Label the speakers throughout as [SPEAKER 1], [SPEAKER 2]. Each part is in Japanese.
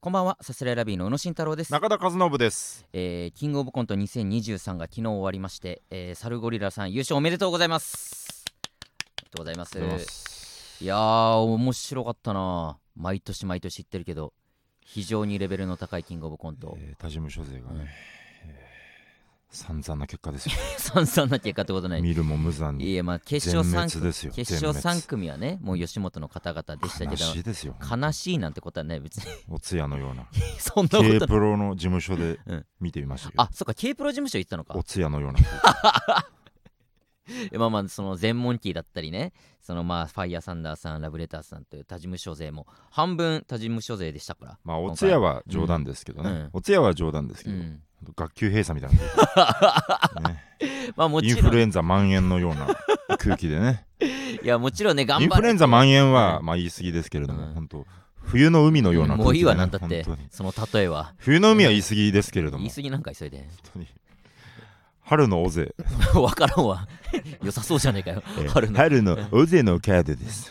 [SPEAKER 1] こんばんは、サスライラビーの宇野慎太郎です。
[SPEAKER 2] 中田和信です。
[SPEAKER 1] えーキングオブコント2023が昨日終わりまして、えーサルゴリラさん優勝おめでとうございます。おめでとうございます。いやー、面白かったな。毎年毎年言ってるけど、非常にレベルの高いキングオブコント。
[SPEAKER 2] えー、他事務所勢が
[SPEAKER 1] うん
[SPEAKER 2] ね、えー散々な結 果ですよ。
[SPEAKER 1] さんさんな結果ってことない。
[SPEAKER 2] 見るも無残
[SPEAKER 1] い
[SPEAKER 2] に。
[SPEAKER 1] え、まあ決
[SPEAKER 2] 全
[SPEAKER 1] 勝
[SPEAKER 2] 滅
[SPEAKER 1] 3
[SPEAKER 2] ですよ。
[SPEAKER 1] 決勝
[SPEAKER 2] 全
[SPEAKER 1] 三
[SPEAKER 2] 滅
[SPEAKER 1] 組はね、もう吉本の方々でしたけ
[SPEAKER 2] 悲しい
[SPEAKER 1] ど、
[SPEAKER 2] ですよ。
[SPEAKER 1] 悲しいなんてことはね、別に
[SPEAKER 2] お通夜のような。
[SPEAKER 1] そんなことない
[SPEAKER 2] K プロの事務所で
[SPEAKER 1] うん
[SPEAKER 2] 見てみましたよ。
[SPEAKER 1] あ、そっか、K プロ事務所行ったのか
[SPEAKER 2] お。通夜の ような。
[SPEAKER 1] えまあまあその全モンキーだったりねそのまあファイヤーサンダーさんラブレターズさんという他事務所勢も半分他事務所勢でしたから
[SPEAKER 2] まあ、お通夜は冗談ですけど
[SPEAKER 1] うん
[SPEAKER 2] ね。お通夜は冗談ですけ
[SPEAKER 1] う
[SPEAKER 2] ど、
[SPEAKER 1] ん
[SPEAKER 2] 学級閉鎖みたいな こと。ね
[SPEAKER 1] まあも
[SPEAKER 2] イ
[SPEAKER 1] ち
[SPEAKER 2] ン
[SPEAKER 1] ろ
[SPEAKER 2] フ
[SPEAKER 1] んい
[SPEAKER 2] ルエンザ蔓延のような 空気でね。
[SPEAKER 1] やもちろんね
[SPEAKER 2] イ
[SPEAKER 1] 頑
[SPEAKER 2] ン
[SPEAKER 1] 張
[SPEAKER 2] フルエ
[SPEAKER 1] れ
[SPEAKER 2] ンザ蔓延は、まあ言い過ぎですけれど
[SPEAKER 1] うん
[SPEAKER 2] も、本当冬の海のような空
[SPEAKER 1] も
[SPEAKER 2] 気でね
[SPEAKER 1] ういいわなんだって
[SPEAKER 2] 本当に
[SPEAKER 1] その例えは
[SPEAKER 2] 冬の海は言い過ぎですけれども
[SPEAKER 1] 言い、過ぎなんか急いで
[SPEAKER 2] 本当に春の尾瀬、
[SPEAKER 1] わからんわ良さそうじゃねえかよ
[SPEAKER 2] えー
[SPEAKER 1] 春の
[SPEAKER 2] 春の尾瀬のカードです。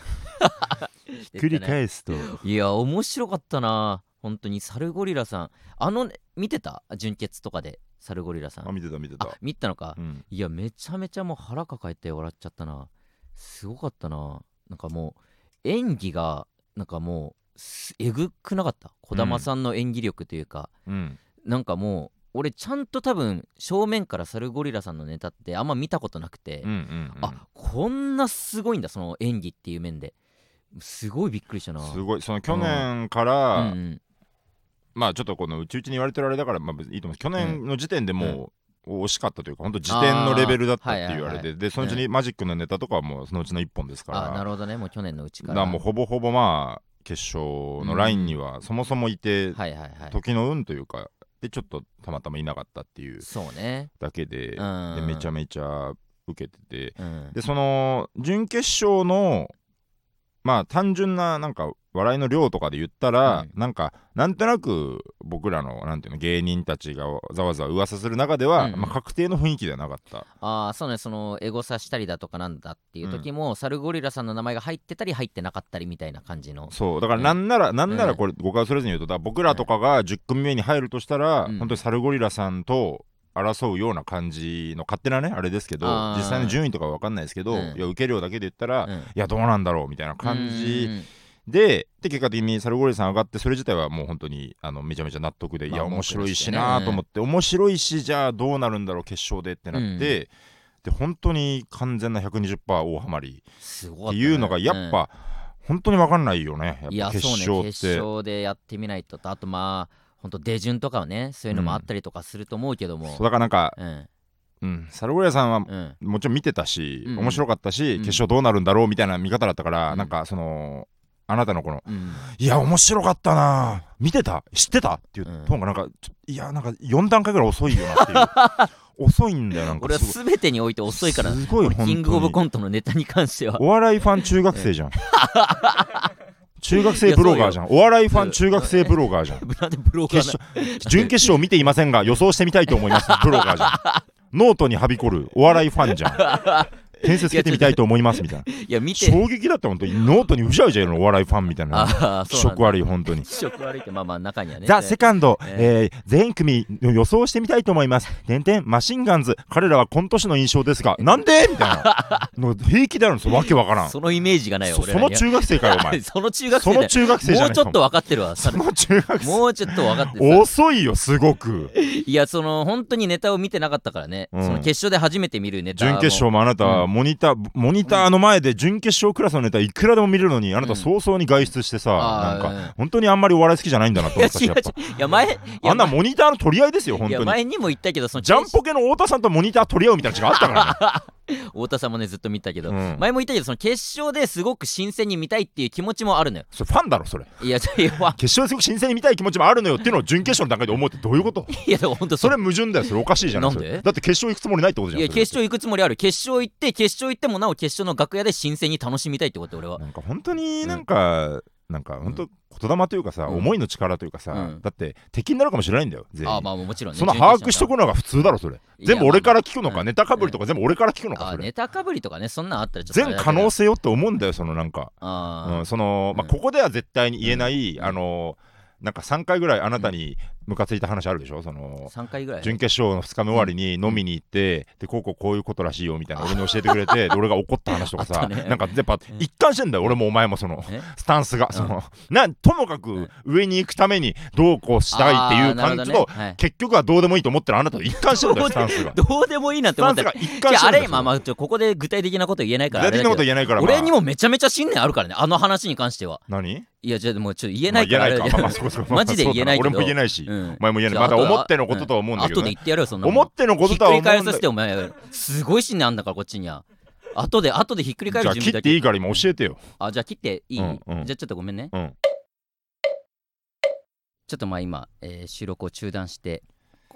[SPEAKER 2] 繰り返すと、
[SPEAKER 1] いや面白かったな本当にサルゴリラさんあのね見てた純潔とかでサルゴリラさ
[SPEAKER 2] あ、
[SPEAKER 1] ん
[SPEAKER 2] 見てた見て
[SPEAKER 1] あ
[SPEAKER 2] た。
[SPEAKER 1] 見たのか
[SPEAKER 2] うん
[SPEAKER 1] いやめちゃめちゃもう腹抱えて笑っちゃったなすごかったななんかもう演技がなんかもうすえぐくなかった児玉さんの演技力というか、
[SPEAKER 2] うん
[SPEAKER 1] なんかもう俺ちゃんと多分正面からサルゴリラさんのネタってあんま見たことなくて、
[SPEAKER 2] うんうんうん
[SPEAKER 1] あこんなすごいんだその演技っていう面ですごいびっくりしたな
[SPEAKER 2] すごい、その去年か
[SPEAKER 1] うん
[SPEAKER 2] ら
[SPEAKER 1] う、ん
[SPEAKER 2] まあちょっとこのうちうちに言われてるあれだから、まあ別にいいと思うんです。去年の時点でもう惜しかったというか、本当時点のレベルだったって言われ
[SPEAKER 1] あーはいはいは
[SPEAKER 2] て、で、そのうちにマジックのネタとかはもうそのうちの一本ですから。
[SPEAKER 1] あなるほどねもう去年のうちか
[SPEAKER 2] だ
[SPEAKER 1] ら
[SPEAKER 2] からもうほぼほぼまあ決勝のラインにはそもそもいて、
[SPEAKER 1] はいはいはい
[SPEAKER 2] 時の運というかでちょっとたまたまいなかったっていう
[SPEAKER 1] そうね
[SPEAKER 2] だけで,、
[SPEAKER 1] うん
[SPEAKER 2] でめちゃめちゃ受けてて
[SPEAKER 1] うん
[SPEAKER 2] でその準決勝のまあ単純ななんか笑いの量とかで言ったら、
[SPEAKER 1] う
[SPEAKER 2] なんかなんとなく僕らのなんていうの芸人たちがざわざわ噂する中では、
[SPEAKER 1] うん
[SPEAKER 2] まあ、確定の雰囲気ではなかった
[SPEAKER 1] ああそうねそのエゴサしたりだとかなんだっていう時も、サルゴリラさんの名前が入ってたり入ってなかったりみたいな感じの
[SPEAKER 2] そうだからなんなら、なんな
[SPEAKER 1] う
[SPEAKER 2] ら
[SPEAKER 1] ん
[SPEAKER 2] これ誤解を恐れずに言うとだから僕らとかが10組目に入るとしたら、
[SPEAKER 1] うん
[SPEAKER 2] 本当にサルゴリラさんと争うような感じの勝手なねあれですけど
[SPEAKER 1] あー
[SPEAKER 2] 実際の順位とかは分かんないですけど、
[SPEAKER 1] うん
[SPEAKER 2] いや受け量だけで言ったら、
[SPEAKER 1] う
[SPEAKER 2] い
[SPEAKER 1] ん
[SPEAKER 2] やどうなんだろうみたいな感
[SPEAKER 1] う
[SPEAKER 2] じ
[SPEAKER 1] ん
[SPEAKER 2] でで結果的にサルゴリラさん上がってそれ自体はもう本当にあのめちゃめちゃ納得で、
[SPEAKER 1] まあ
[SPEAKER 2] い
[SPEAKER 1] 文
[SPEAKER 2] や
[SPEAKER 1] 句
[SPEAKER 2] 面白いし
[SPEAKER 1] なし
[SPEAKER 2] な
[SPEAKER 1] でね
[SPEAKER 2] と思って、面白いしじゃあどうなるんだろう決勝でってなって、
[SPEAKER 1] うん
[SPEAKER 2] で本当に完全な120%大ハマり。
[SPEAKER 1] すごかった
[SPEAKER 2] って
[SPEAKER 1] ね
[SPEAKER 2] いうのがやっ
[SPEAKER 1] うん
[SPEAKER 2] ぱ、本当に分かんないよね
[SPEAKER 1] い
[SPEAKER 2] や
[SPEAKER 1] や
[SPEAKER 2] っぱ決
[SPEAKER 1] そうね
[SPEAKER 2] 勝っ
[SPEAKER 1] 決
[SPEAKER 2] て、
[SPEAKER 1] 勝でやってみないとあとまあほんと出順とかはねそういうのもあったりとかすると思うけども
[SPEAKER 2] そうだからなんか、
[SPEAKER 1] うん
[SPEAKER 2] うん、サルゴリラさんは
[SPEAKER 1] うん
[SPEAKER 2] もちろん見てたし、
[SPEAKER 1] うん
[SPEAKER 2] 面白かったし、
[SPEAKER 1] うん
[SPEAKER 2] 決勝どうなるんだろうみたいな見方だったから、
[SPEAKER 1] うん
[SPEAKER 2] なんかそのあなたのこの
[SPEAKER 1] うん
[SPEAKER 2] 「いや面白かったな見てた知ってた?」っていう
[SPEAKER 1] うん
[SPEAKER 2] トーンがなんか、ちょいやなんか4段階ぐらい遅いよな っていう遅いんだよなんか
[SPEAKER 1] 俺は
[SPEAKER 2] す
[SPEAKER 1] 全てにおいて
[SPEAKER 2] ごい
[SPEAKER 1] 遅いから
[SPEAKER 2] すごい
[SPEAKER 1] 俺
[SPEAKER 2] 本当に
[SPEAKER 1] キングオブコントのネタに関しては
[SPEAKER 2] お笑いファン中 学生じゃん中学生ブロガーじゃんお笑いファン中学生ブロガ ーじゃん
[SPEAKER 1] なんで ブロガー
[SPEAKER 2] 決
[SPEAKER 1] な
[SPEAKER 2] 勝 準決勝見ていませんが予想してみたいと思いますブロガーじゃ んノートにはびこるお笑いファンじゃん点数つけてみたいと思いますみたいない
[SPEAKER 1] や見て
[SPEAKER 2] 衝撃だった本当にノートにうじゃうじゃいるのお笑いファンみたいな
[SPEAKER 1] ああ
[SPEAKER 2] 気
[SPEAKER 1] そうなん
[SPEAKER 2] 色
[SPEAKER 1] だ
[SPEAKER 2] 悪い本当に
[SPEAKER 1] 気色悪いってまあまあ中にはね
[SPEAKER 2] ザ・セカンド、
[SPEAKER 1] え
[SPEAKER 2] えー全組予想してみたいと思います。点々、マシンガンズ、彼らは今年の印象です が、なんでみたいな。の平気だろ、わけわからん。そ
[SPEAKER 1] そのイメージがないよ俺ら
[SPEAKER 2] その
[SPEAKER 1] には
[SPEAKER 2] 中学生かよ、お前。
[SPEAKER 1] その 中学
[SPEAKER 2] そ
[SPEAKER 1] 生だ
[SPEAKER 2] の
[SPEAKER 1] よ
[SPEAKER 2] 中学生じ
[SPEAKER 1] も
[SPEAKER 2] ゃ
[SPEAKER 1] う
[SPEAKER 2] ない
[SPEAKER 1] ちょっと分かってるわ
[SPEAKER 2] その中学生。
[SPEAKER 1] もうちょっと分かってる
[SPEAKER 2] 遅いよ、すごく。
[SPEAKER 1] いやその本当にネタを見てなかったからね、
[SPEAKER 2] うん
[SPEAKER 1] その決勝で初めて見るネタ
[SPEAKER 2] 準決勝もあなたはモニター、モニターの前で準決勝クラスのネタいくらでも見れるのにあなた早々に外出してさ、
[SPEAKER 1] あー
[SPEAKER 2] なん
[SPEAKER 1] うん
[SPEAKER 2] か本当にあんまりお笑い好きじゃないんだなと
[SPEAKER 1] いや
[SPEAKER 2] 思ったし
[SPEAKER 1] 違う違
[SPEAKER 2] や
[SPEAKER 1] う
[SPEAKER 2] っぱ
[SPEAKER 1] いや前いや
[SPEAKER 2] あんなモニターの取り合いですよ本
[SPEAKER 1] いや
[SPEAKER 2] 当に
[SPEAKER 1] 前にも言ったけどその
[SPEAKER 2] ジャンポケの太田さんとモニター取り合うみたいな違があったか
[SPEAKER 1] 太田さんもねずっと見たけど、
[SPEAKER 2] らね、うん、
[SPEAKER 1] 前も言ったけどその決勝ですごく新鮮に見たいっていう気持ちもあるのよ
[SPEAKER 2] それファンだろそれ
[SPEAKER 1] いやじゃあいやわ
[SPEAKER 2] 決勝ですごく新鮮に見たい気持ちもあるのよっていうのを準決勝の段階で思うってどういうこ と
[SPEAKER 1] いやでも本当
[SPEAKER 2] そ
[SPEAKER 1] そ
[SPEAKER 2] れ
[SPEAKER 1] れ
[SPEAKER 2] 矛盾だよそれおかしいじゃない
[SPEAKER 1] なんで
[SPEAKER 2] それだって決勝行くつもりないってことじゃ
[SPEAKER 1] い
[SPEAKER 2] ん
[SPEAKER 1] や
[SPEAKER 2] そ
[SPEAKER 1] 決
[SPEAKER 2] れ
[SPEAKER 1] 勝行くつもりある決勝行って決勝行ってもなお決勝の楽屋で新鮮に楽しみたいってこと俺は
[SPEAKER 2] なんか本当になんか、なんか本当言霊というかさ、
[SPEAKER 1] うん
[SPEAKER 2] 思いの力というかさ、
[SPEAKER 1] うん
[SPEAKER 2] だって敵になるかもしれないんだよ全員
[SPEAKER 1] ああまあもちろんね
[SPEAKER 2] その把握しとくのが普通だろそれ
[SPEAKER 1] いや
[SPEAKER 2] 全部俺から聞くの
[SPEAKER 1] まあ
[SPEAKER 2] かネタかぶりとか全部俺から聞くの
[SPEAKER 1] あ
[SPEAKER 2] か
[SPEAKER 1] あ
[SPEAKER 2] それ
[SPEAKER 1] ネタかぶりとかねそんなんあったらちょっとあれ
[SPEAKER 2] 全
[SPEAKER 1] だけ
[SPEAKER 2] 可
[SPEAKER 1] ど
[SPEAKER 2] 能性よって思うんだよそのなんか
[SPEAKER 1] あ
[SPEAKER 2] う
[SPEAKER 1] ー
[SPEAKER 2] んそのまあ
[SPEAKER 1] うん
[SPEAKER 2] ここでは絶対に言えない
[SPEAKER 1] うん
[SPEAKER 2] あのなんか3回ぐらいあなたにムカついた話あるでしょその
[SPEAKER 1] 3回ぐらい
[SPEAKER 2] 準決勝の2日目終わりに飲みに行って、でこうこうこういうことらしいよみたいな俺に教えてくれてで俺が怒った話と か
[SPEAKER 1] あ
[SPEAKER 2] さ、
[SPEAKER 1] ったね
[SPEAKER 2] なんかやっぱ一貫してんだよ俺もお前もその
[SPEAKER 1] え
[SPEAKER 2] スタンスが
[SPEAKER 1] ん
[SPEAKER 2] その、なんともかく上に行くためにどうこうしたいっていう感じと、
[SPEAKER 1] あーなる
[SPEAKER 2] 結局はどうでもいいと思ってるあなたと一貫してるんだよスタンスが
[SPEAKER 1] ほどねはいどうでもいいなっ
[SPEAKER 2] ス
[SPEAKER 1] て思
[SPEAKER 2] タ
[SPEAKER 1] っ
[SPEAKER 2] ンス
[SPEAKER 1] たら
[SPEAKER 2] が一
[SPEAKER 1] じ
[SPEAKER 2] 貫
[SPEAKER 1] ゃ
[SPEAKER 2] し
[SPEAKER 1] ああ
[SPEAKER 2] てるんだ
[SPEAKER 1] れまあまあちょここで具体的なこと言えないからあ
[SPEAKER 2] 具
[SPEAKER 1] れ
[SPEAKER 2] 体的
[SPEAKER 1] だけ
[SPEAKER 2] なこ
[SPEAKER 1] ど
[SPEAKER 2] と言えないから、まあ、
[SPEAKER 1] 俺にもめちゃめちゃ信念あるからねあの話に関しては
[SPEAKER 2] 何
[SPEAKER 1] いやじゃあもうちょっと言え
[SPEAKER 2] ま
[SPEAKER 1] な
[SPEAKER 2] あ
[SPEAKER 1] いからあれだ
[SPEAKER 2] 言え
[SPEAKER 1] けど
[SPEAKER 2] ないかまあそうそうまあ
[SPEAKER 1] マジで言えないけど
[SPEAKER 2] そうだ俺も言えないし、
[SPEAKER 1] うん
[SPEAKER 2] お前も言え
[SPEAKER 1] じ
[SPEAKER 2] な
[SPEAKER 1] ゃ
[SPEAKER 2] い
[SPEAKER 1] あ
[SPEAKER 2] まだ
[SPEAKER 1] 後で
[SPEAKER 2] 思ってのこととは思うんだけど、
[SPEAKER 1] 後で
[SPEAKER 2] ね
[SPEAKER 1] 言ってやるよそんなもん
[SPEAKER 2] 思っての
[SPEAKER 1] ひ
[SPEAKER 2] こと
[SPEAKER 1] っ
[SPEAKER 2] とは
[SPEAKER 1] くり
[SPEAKER 2] 思うんだ
[SPEAKER 1] 返させてお前すごい信念あんだからこっちには後で後でひっくり返
[SPEAKER 2] じ
[SPEAKER 1] る
[SPEAKER 2] ゃあ
[SPEAKER 1] 準
[SPEAKER 2] 切
[SPEAKER 1] 備
[SPEAKER 2] っ
[SPEAKER 1] だ
[SPEAKER 2] てい
[SPEAKER 1] け
[SPEAKER 2] いから今教えてよ
[SPEAKER 1] あじゃあ切っていい、
[SPEAKER 2] うんうん
[SPEAKER 1] じゃあちょっとごめんね、
[SPEAKER 2] うん
[SPEAKER 1] ちょっとまあ今、えー収録を中断して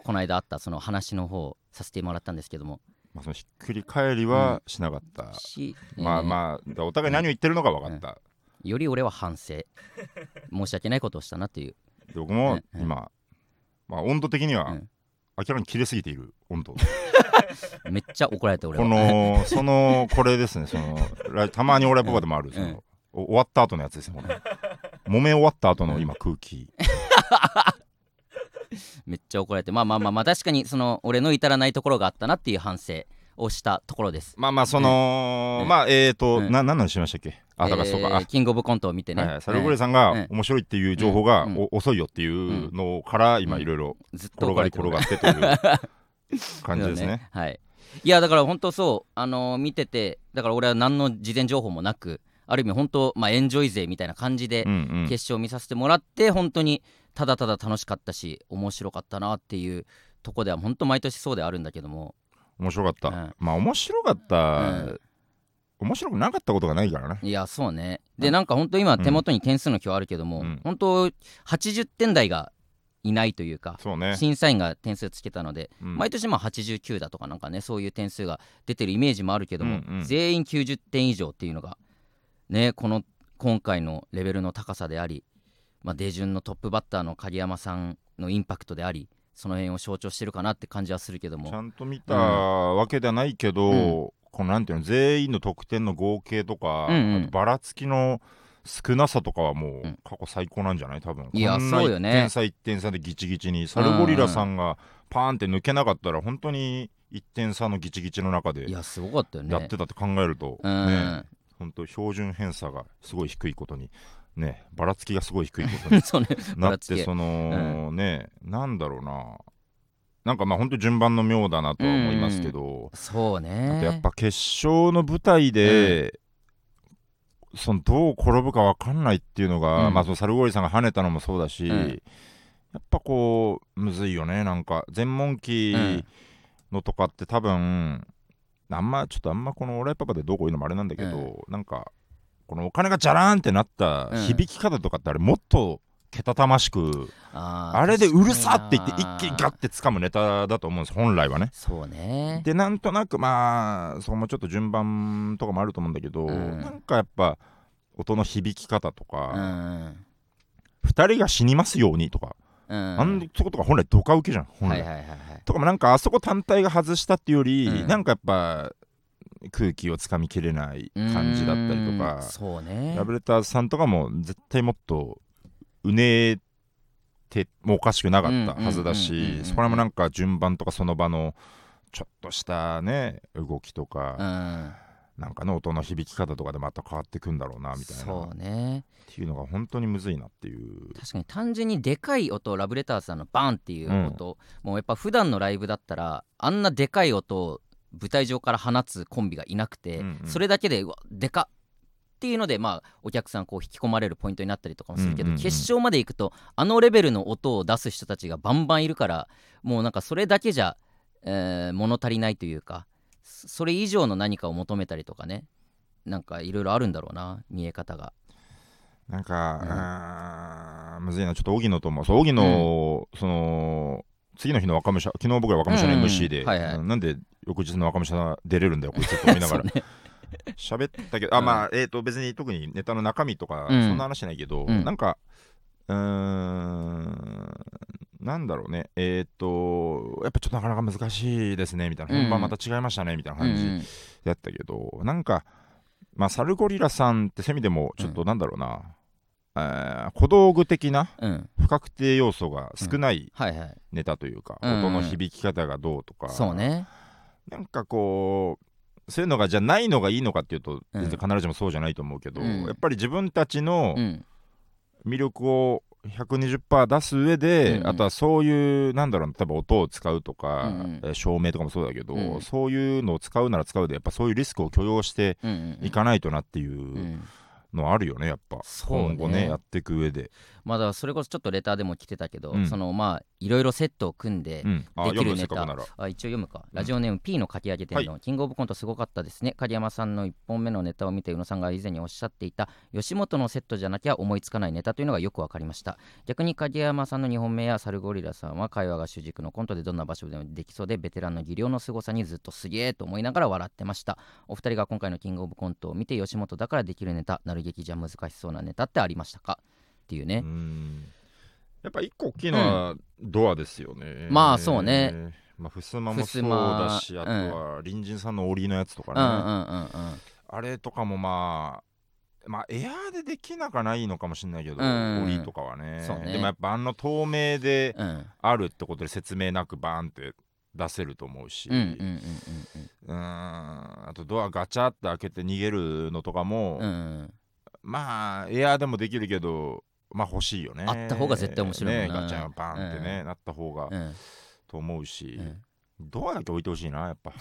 [SPEAKER 1] この間あったその話の方をさせてもらったんですけども
[SPEAKER 2] まあ、そのひっくり返りはしなかった、
[SPEAKER 1] し、
[SPEAKER 2] まあ
[SPEAKER 1] あ
[SPEAKER 2] まあお互い何を言ってるのか分かった、
[SPEAKER 1] より俺は反 省申し訳ないことをしたなという
[SPEAKER 2] で僕も
[SPEAKER 1] うん
[SPEAKER 2] 今、まあ、温度的に
[SPEAKER 1] う
[SPEAKER 2] は
[SPEAKER 1] ん
[SPEAKER 2] 明らかに切れすぎている 温度、
[SPEAKER 1] めっちゃ怒られた俺
[SPEAKER 2] こ
[SPEAKER 1] は
[SPEAKER 2] のそのこれですねその ラたまにオーライパパでもある、そ
[SPEAKER 1] うん
[SPEAKER 2] のお終わった後のやつですねこれ揉め終わった後の今空気
[SPEAKER 1] めっちゃ怒られてまあまあまあまあ確かにその俺の至らないところがあったなっていう反省をしたところです
[SPEAKER 2] まあまあその、
[SPEAKER 1] うん
[SPEAKER 2] まあえーと、
[SPEAKER 1] うん
[SPEAKER 2] な何の話しましたっけあだからそうか、あ
[SPEAKER 1] えーキングオブコントを見てね、
[SPEAKER 2] はいはい、サルゴレ
[SPEAKER 1] え
[SPEAKER 2] さんが
[SPEAKER 1] ええ
[SPEAKER 2] 面白いっていう情報が、
[SPEAKER 1] うん
[SPEAKER 2] お遅いよっていうのから今
[SPEAKER 1] うん
[SPEAKER 2] いろいろ
[SPEAKER 1] ーずっと
[SPEAKER 2] 転
[SPEAKER 1] 怒
[SPEAKER 2] が
[SPEAKER 1] ら
[SPEAKER 2] り
[SPEAKER 1] れて
[SPEAKER 2] 転がってという 感じですね。
[SPEAKER 1] だよはい、いやだから本当そう、あのー見ててだから俺は何の事前情報もなくある意味本当、まあ、エンジョイ勢みたいな感じで
[SPEAKER 2] うんうん
[SPEAKER 1] 決勝見させてもらって本当にただただ楽しかったし面白かったなっていうとこでは本当毎年そうではあるんだけども
[SPEAKER 2] 面白かった、
[SPEAKER 1] うん
[SPEAKER 2] まあ面白かった、
[SPEAKER 1] うん
[SPEAKER 2] 面白くなかったことがないからね
[SPEAKER 1] いやそうねでなんか本当今手元に点数の表あるけども、
[SPEAKER 2] うん
[SPEAKER 1] 本当80点台がいないというか
[SPEAKER 2] そうね、
[SPEAKER 1] 審査員が点数つけたので
[SPEAKER 2] うん
[SPEAKER 1] 毎年まあ89だとかなんかねそういう点数が出てるイメージもあるけども、
[SPEAKER 2] うんうん
[SPEAKER 1] 全員90点以上っていうのがねこの今回のレベルの高さであり、まあ、出順のトップバッターの鍵山さんのインパクトでありその辺を象徴してるかなって感じはするけど
[SPEAKER 2] ちゃ
[SPEAKER 1] も
[SPEAKER 2] んと見たわけではないけど、
[SPEAKER 1] うん
[SPEAKER 2] このなんていうの全員の得点の合計とか、
[SPEAKER 1] うんうん
[SPEAKER 2] あとばらつきの少なさとかはも
[SPEAKER 1] うん
[SPEAKER 2] う過去最高なんじゃない多分
[SPEAKER 1] いや
[SPEAKER 2] こんな
[SPEAKER 1] そうよね
[SPEAKER 2] 1点差1点差でギチギチにサルゴリラさんがパーンって抜けなかったら本当に1点差のギチギチの中
[SPEAKER 1] い
[SPEAKER 2] で
[SPEAKER 1] やすごかったよね。
[SPEAKER 2] やってたって考えると、
[SPEAKER 1] う
[SPEAKER 2] ね
[SPEAKER 1] ん、
[SPEAKER 2] 本当標準偏差がすごい低いことに ねばらつきがすごい低いことに
[SPEAKER 1] そうねば
[SPEAKER 2] な
[SPEAKER 1] ら
[SPEAKER 2] っ
[SPEAKER 1] つき
[SPEAKER 2] てその、ねなんだろうななんかまあ本当順番の妙だなとは思いますけど、
[SPEAKER 1] そう
[SPEAKER 2] あ
[SPEAKER 1] ね
[SPEAKER 2] とやっぱ決勝の舞台で、そのどう転ぶか分かんないっていうのが、
[SPEAKER 1] うん
[SPEAKER 2] まあ、そのサルゴリさんが跳ねたのもそうだし、
[SPEAKER 1] うん
[SPEAKER 2] やっぱこうむずいよねなんか全問期
[SPEAKER 1] うん
[SPEAKER 2] のとかって多分あんまちょっとあんまこの「オーライパパ」でどうこういうのもあれなんだけど、なんかこのお金がじゃらーんってなった
[SPEAKER 1] うん
[SPEAKER 2] 響き方とかってあれもっとけたたましく、
[SPEAKER 1] あー
[SPEAKER 2] あれでうるさって言って
[SPEAKER 1] 確か
[SPEAKER 2] 一
[SPEAKER 1] にな
[SPEAKER 2] 気にガッて掴むネタだと思うんです本来はね。
[SPEAKER 1] そうね
[SPEAKER 2] でなんとなくまあそこもちょっと順番とかもあると思うんだけど、
[SPEAKER 1] うん
[SPEAKER 2] なんかやっぱ音の響き方と
[SPEAKER 1] う
[SPEAKER 2] か、
[SPEAKER 1] ん
[SPEAKER 2] 二2人が死にますようにと
[SPEAKER 1] うん
[SPEAKER 2] か、あんそことか本来ドカウケじゃん本
[SPEAKER 1] はい
[SPEAKER 2] 来、
[SPEAKER 1] はいはいはい
[SPEAKER 2] とかもなんかあそこ単体が外したっていうより、
[SPEAKER 1] うん
[SPEAKER 2] なんかやっぱ空気をつかみきれない感じだったりと
[SPEAKER 1] う
[SPEAKER 2] か
[SPEAKER 1] んそうね
[SPEAKER 2] ラブレターズさんとかも絶対もっとうねてもおかしくなかったはずだ
[SPEAKER 1] うんうんうんうんうん
[SPEAKER 2] しそこら辺もなんか順番とかその場のちょっとしたね動きとか
[SPEAKER 1] う、ん
[SPEAKER 2] なんかね音の響き方とかでまた変わってくんだろうなみたいなっ
[SPEAKER 1] そうね
[SPEAKER 2] ていうのが本当にむずいなっていう
[SPEAKER 1] 確かに単純にでかい音ラブレターズさんのバンっていう音、もうやっぱ普段のライブだったらあんなでかい音を舞台上から放つコンビがいなくて、
[SPEAKER 2] うんうん
[SPEAKER 1] それだけでうわでかっっていうのでまあお客さんこう引き込まれるポイントになったりとかもするけど、
[SPEAKER 2] うんうんうん
[SPEAKER 1] 決勝まで行くとあのレベルの音を出す人たちがバンバンいるからもうなんかそれだけじゃ、えー物足りないというかそそれ以上の何かを求めたりとかねなんかいろいろあるんだろうな見え方が。
[SPEAKER 2] なんか、うーんむずいなちょっと荻野ともそう荻野、その次の日の若武者昨日僕ら若武者
[SPEAKER 1] うん
[SPEAKER 2] の
[SPEAKER 1] うん
[SPEAKER 2] MC で、
[SPEAKER 1] はいはい
[SPEAKER 2] なんで翌日の若武者出れるんだよこいつと思いなが ら
[SPEAKER 1] そうね
[SPEAKER 2] 喋ったけどあ、
[SPEAKER 1] うん
[SPEAKER 2] まあえっ、と別に特にネタの中身とか、
[SPEAKER 1] うん
[SPEAKER 2] そんな話しないけど、
[SPEAKER 1] うん
[SPEAKER 2] なんかうーんなんだろうねえっ、とやっぱちょっとなかなか難しいですねみたいな
[SPEAKER 1] うん
[SPEAKER 2] 本番また違いましたねみたいな
[SPEAKER 1] うん
[SPEAKER 2] 感じやったけど、なんかまあサルゴリラさんってセミでもちょっとなんだろうな、えー小道具的な
[SPEAKER 1] うん
[SPEAKER 2] 不確定要素が少ない
[SPEAKER 1] はいはい
[SPEAKER 2] ネタというか、
[SPEAKER 1] うん
[SPEAKER 2] 音の響き方がどうとか、
[SPEAKER 1] そうね
[SPEAKER 2] なんかこうそういうのがじゃあないのがいいのかっていうと
[SPEAKER 1] うん
[SPEAKER 2] 全然必ずしもそうじゃないと思うけど、
[SPEAKER 1] うん
[SPEAKER 2] やっぱり自分たちの
[SPEAKER 1] うん
[SPEAKER 2] 魅力を120%出す上で、
[SPEAKER 1] うん
[SPEAKER 2] あとはそういうなんだろう例えば音を使うとか、
[SPEAKER 1] うんうん
[SPEAKER 2] えー照明とかもそうだけど、
[SPEAKER 1] うん
[SPEAKER 2] そういうのを使うなら使うでやっぱそういうリスクを許容して
[SPEAKER 1] うんうんうん
[SPEAKER 2] いかないとなっていううんのはあるよねやっぱ、
[SPEAKER 1] そう
[SPEAKER 2] 今後ねやっていく上で、
[SPEAKER 1] まあだからそれこそちょっとレターでも来てたけど、
[SPEAKER 2] うん
[SPEAKER 1] そのまあいろいろセットを組んで、
[SPEAKER 2] うん、あ
[SPEAKER 1] できる
[SPEAKER 2] 読む
[SPEAKER 1] ネ
[SPEAKER 2] せっ
[SPEAKER 1] タ
[SPEAKER 2] かくなら
[SPEAKER 1] あ一応読むかラジオネーム P のかき上げ店の、キングオブコントすごかったですね狩山さんの1本目のネタを見て宇野さんが以前におっしゃっていた吉本のセットじゃなきゃ思いつかないネタというのがよくわかりました逆に影山さんの2本目やサルゴリラさんは会話が主軸のコントでどんな場所でもできそうでベテランの技量の凄さにずっとすげえと思いながら笑ってましたお二人が今回のキングオブコントを見て吉本だからできるネタなる劇じゃ難しそうなネタってありましたかっていうね、
[SPEAKER 2] うんやっぱ一個大きいのはドアですよね、
[SPEAKER 1] まあそうね
[SPEAKER 2] まあふすまもそうだ
[SPEAKER 1] ふ
[SPEAKER 2] し
[SPEAKER 1] すま
[SPEAKER 2] あとは隣人さんの檻のやつとか
[SPEAKER 1] う
[SPEAKER 2] ね、
[SPEAKER 1] んうんうんうん
[SPEAKER 2] あれとかもまあまあエアーでできなくはないのかもしれないけど、
[SPEAKER 1] うん
[SPEAKER 2] 檻とかはね
[SPEAKER 1] そうね
[SPEAKER 2] でもやっぱあの透明で
[SPEAKER 1] うん
[SPEAKER 2] あるってことで説明なくバーンって出せると思うし、
[SPEAKER 1] うんうんうん
[SPEAKER 2] うーんあとドアガチャって開けて逃げるのとか
[SPEAKER 1] う
[SPEAKER 2] も、
[SPEAKER 1] んうんうん
[SPEAKER 2] まあエアーでもできるけどまあ欲しいよね
[SPEAKER 1] あった方が絶対面白いもん
[SPEAKER 2] ね
[SPEAKER 1] な
[SPEAKER 2] ガチャンバーンってね、なった方が、
[SPEAKER 1] うん
[SPEAKER 2] と思うし、
[SPEAKER 1] うん
[SPEAKER 2] ドアだけ置いてほしいなや っぱ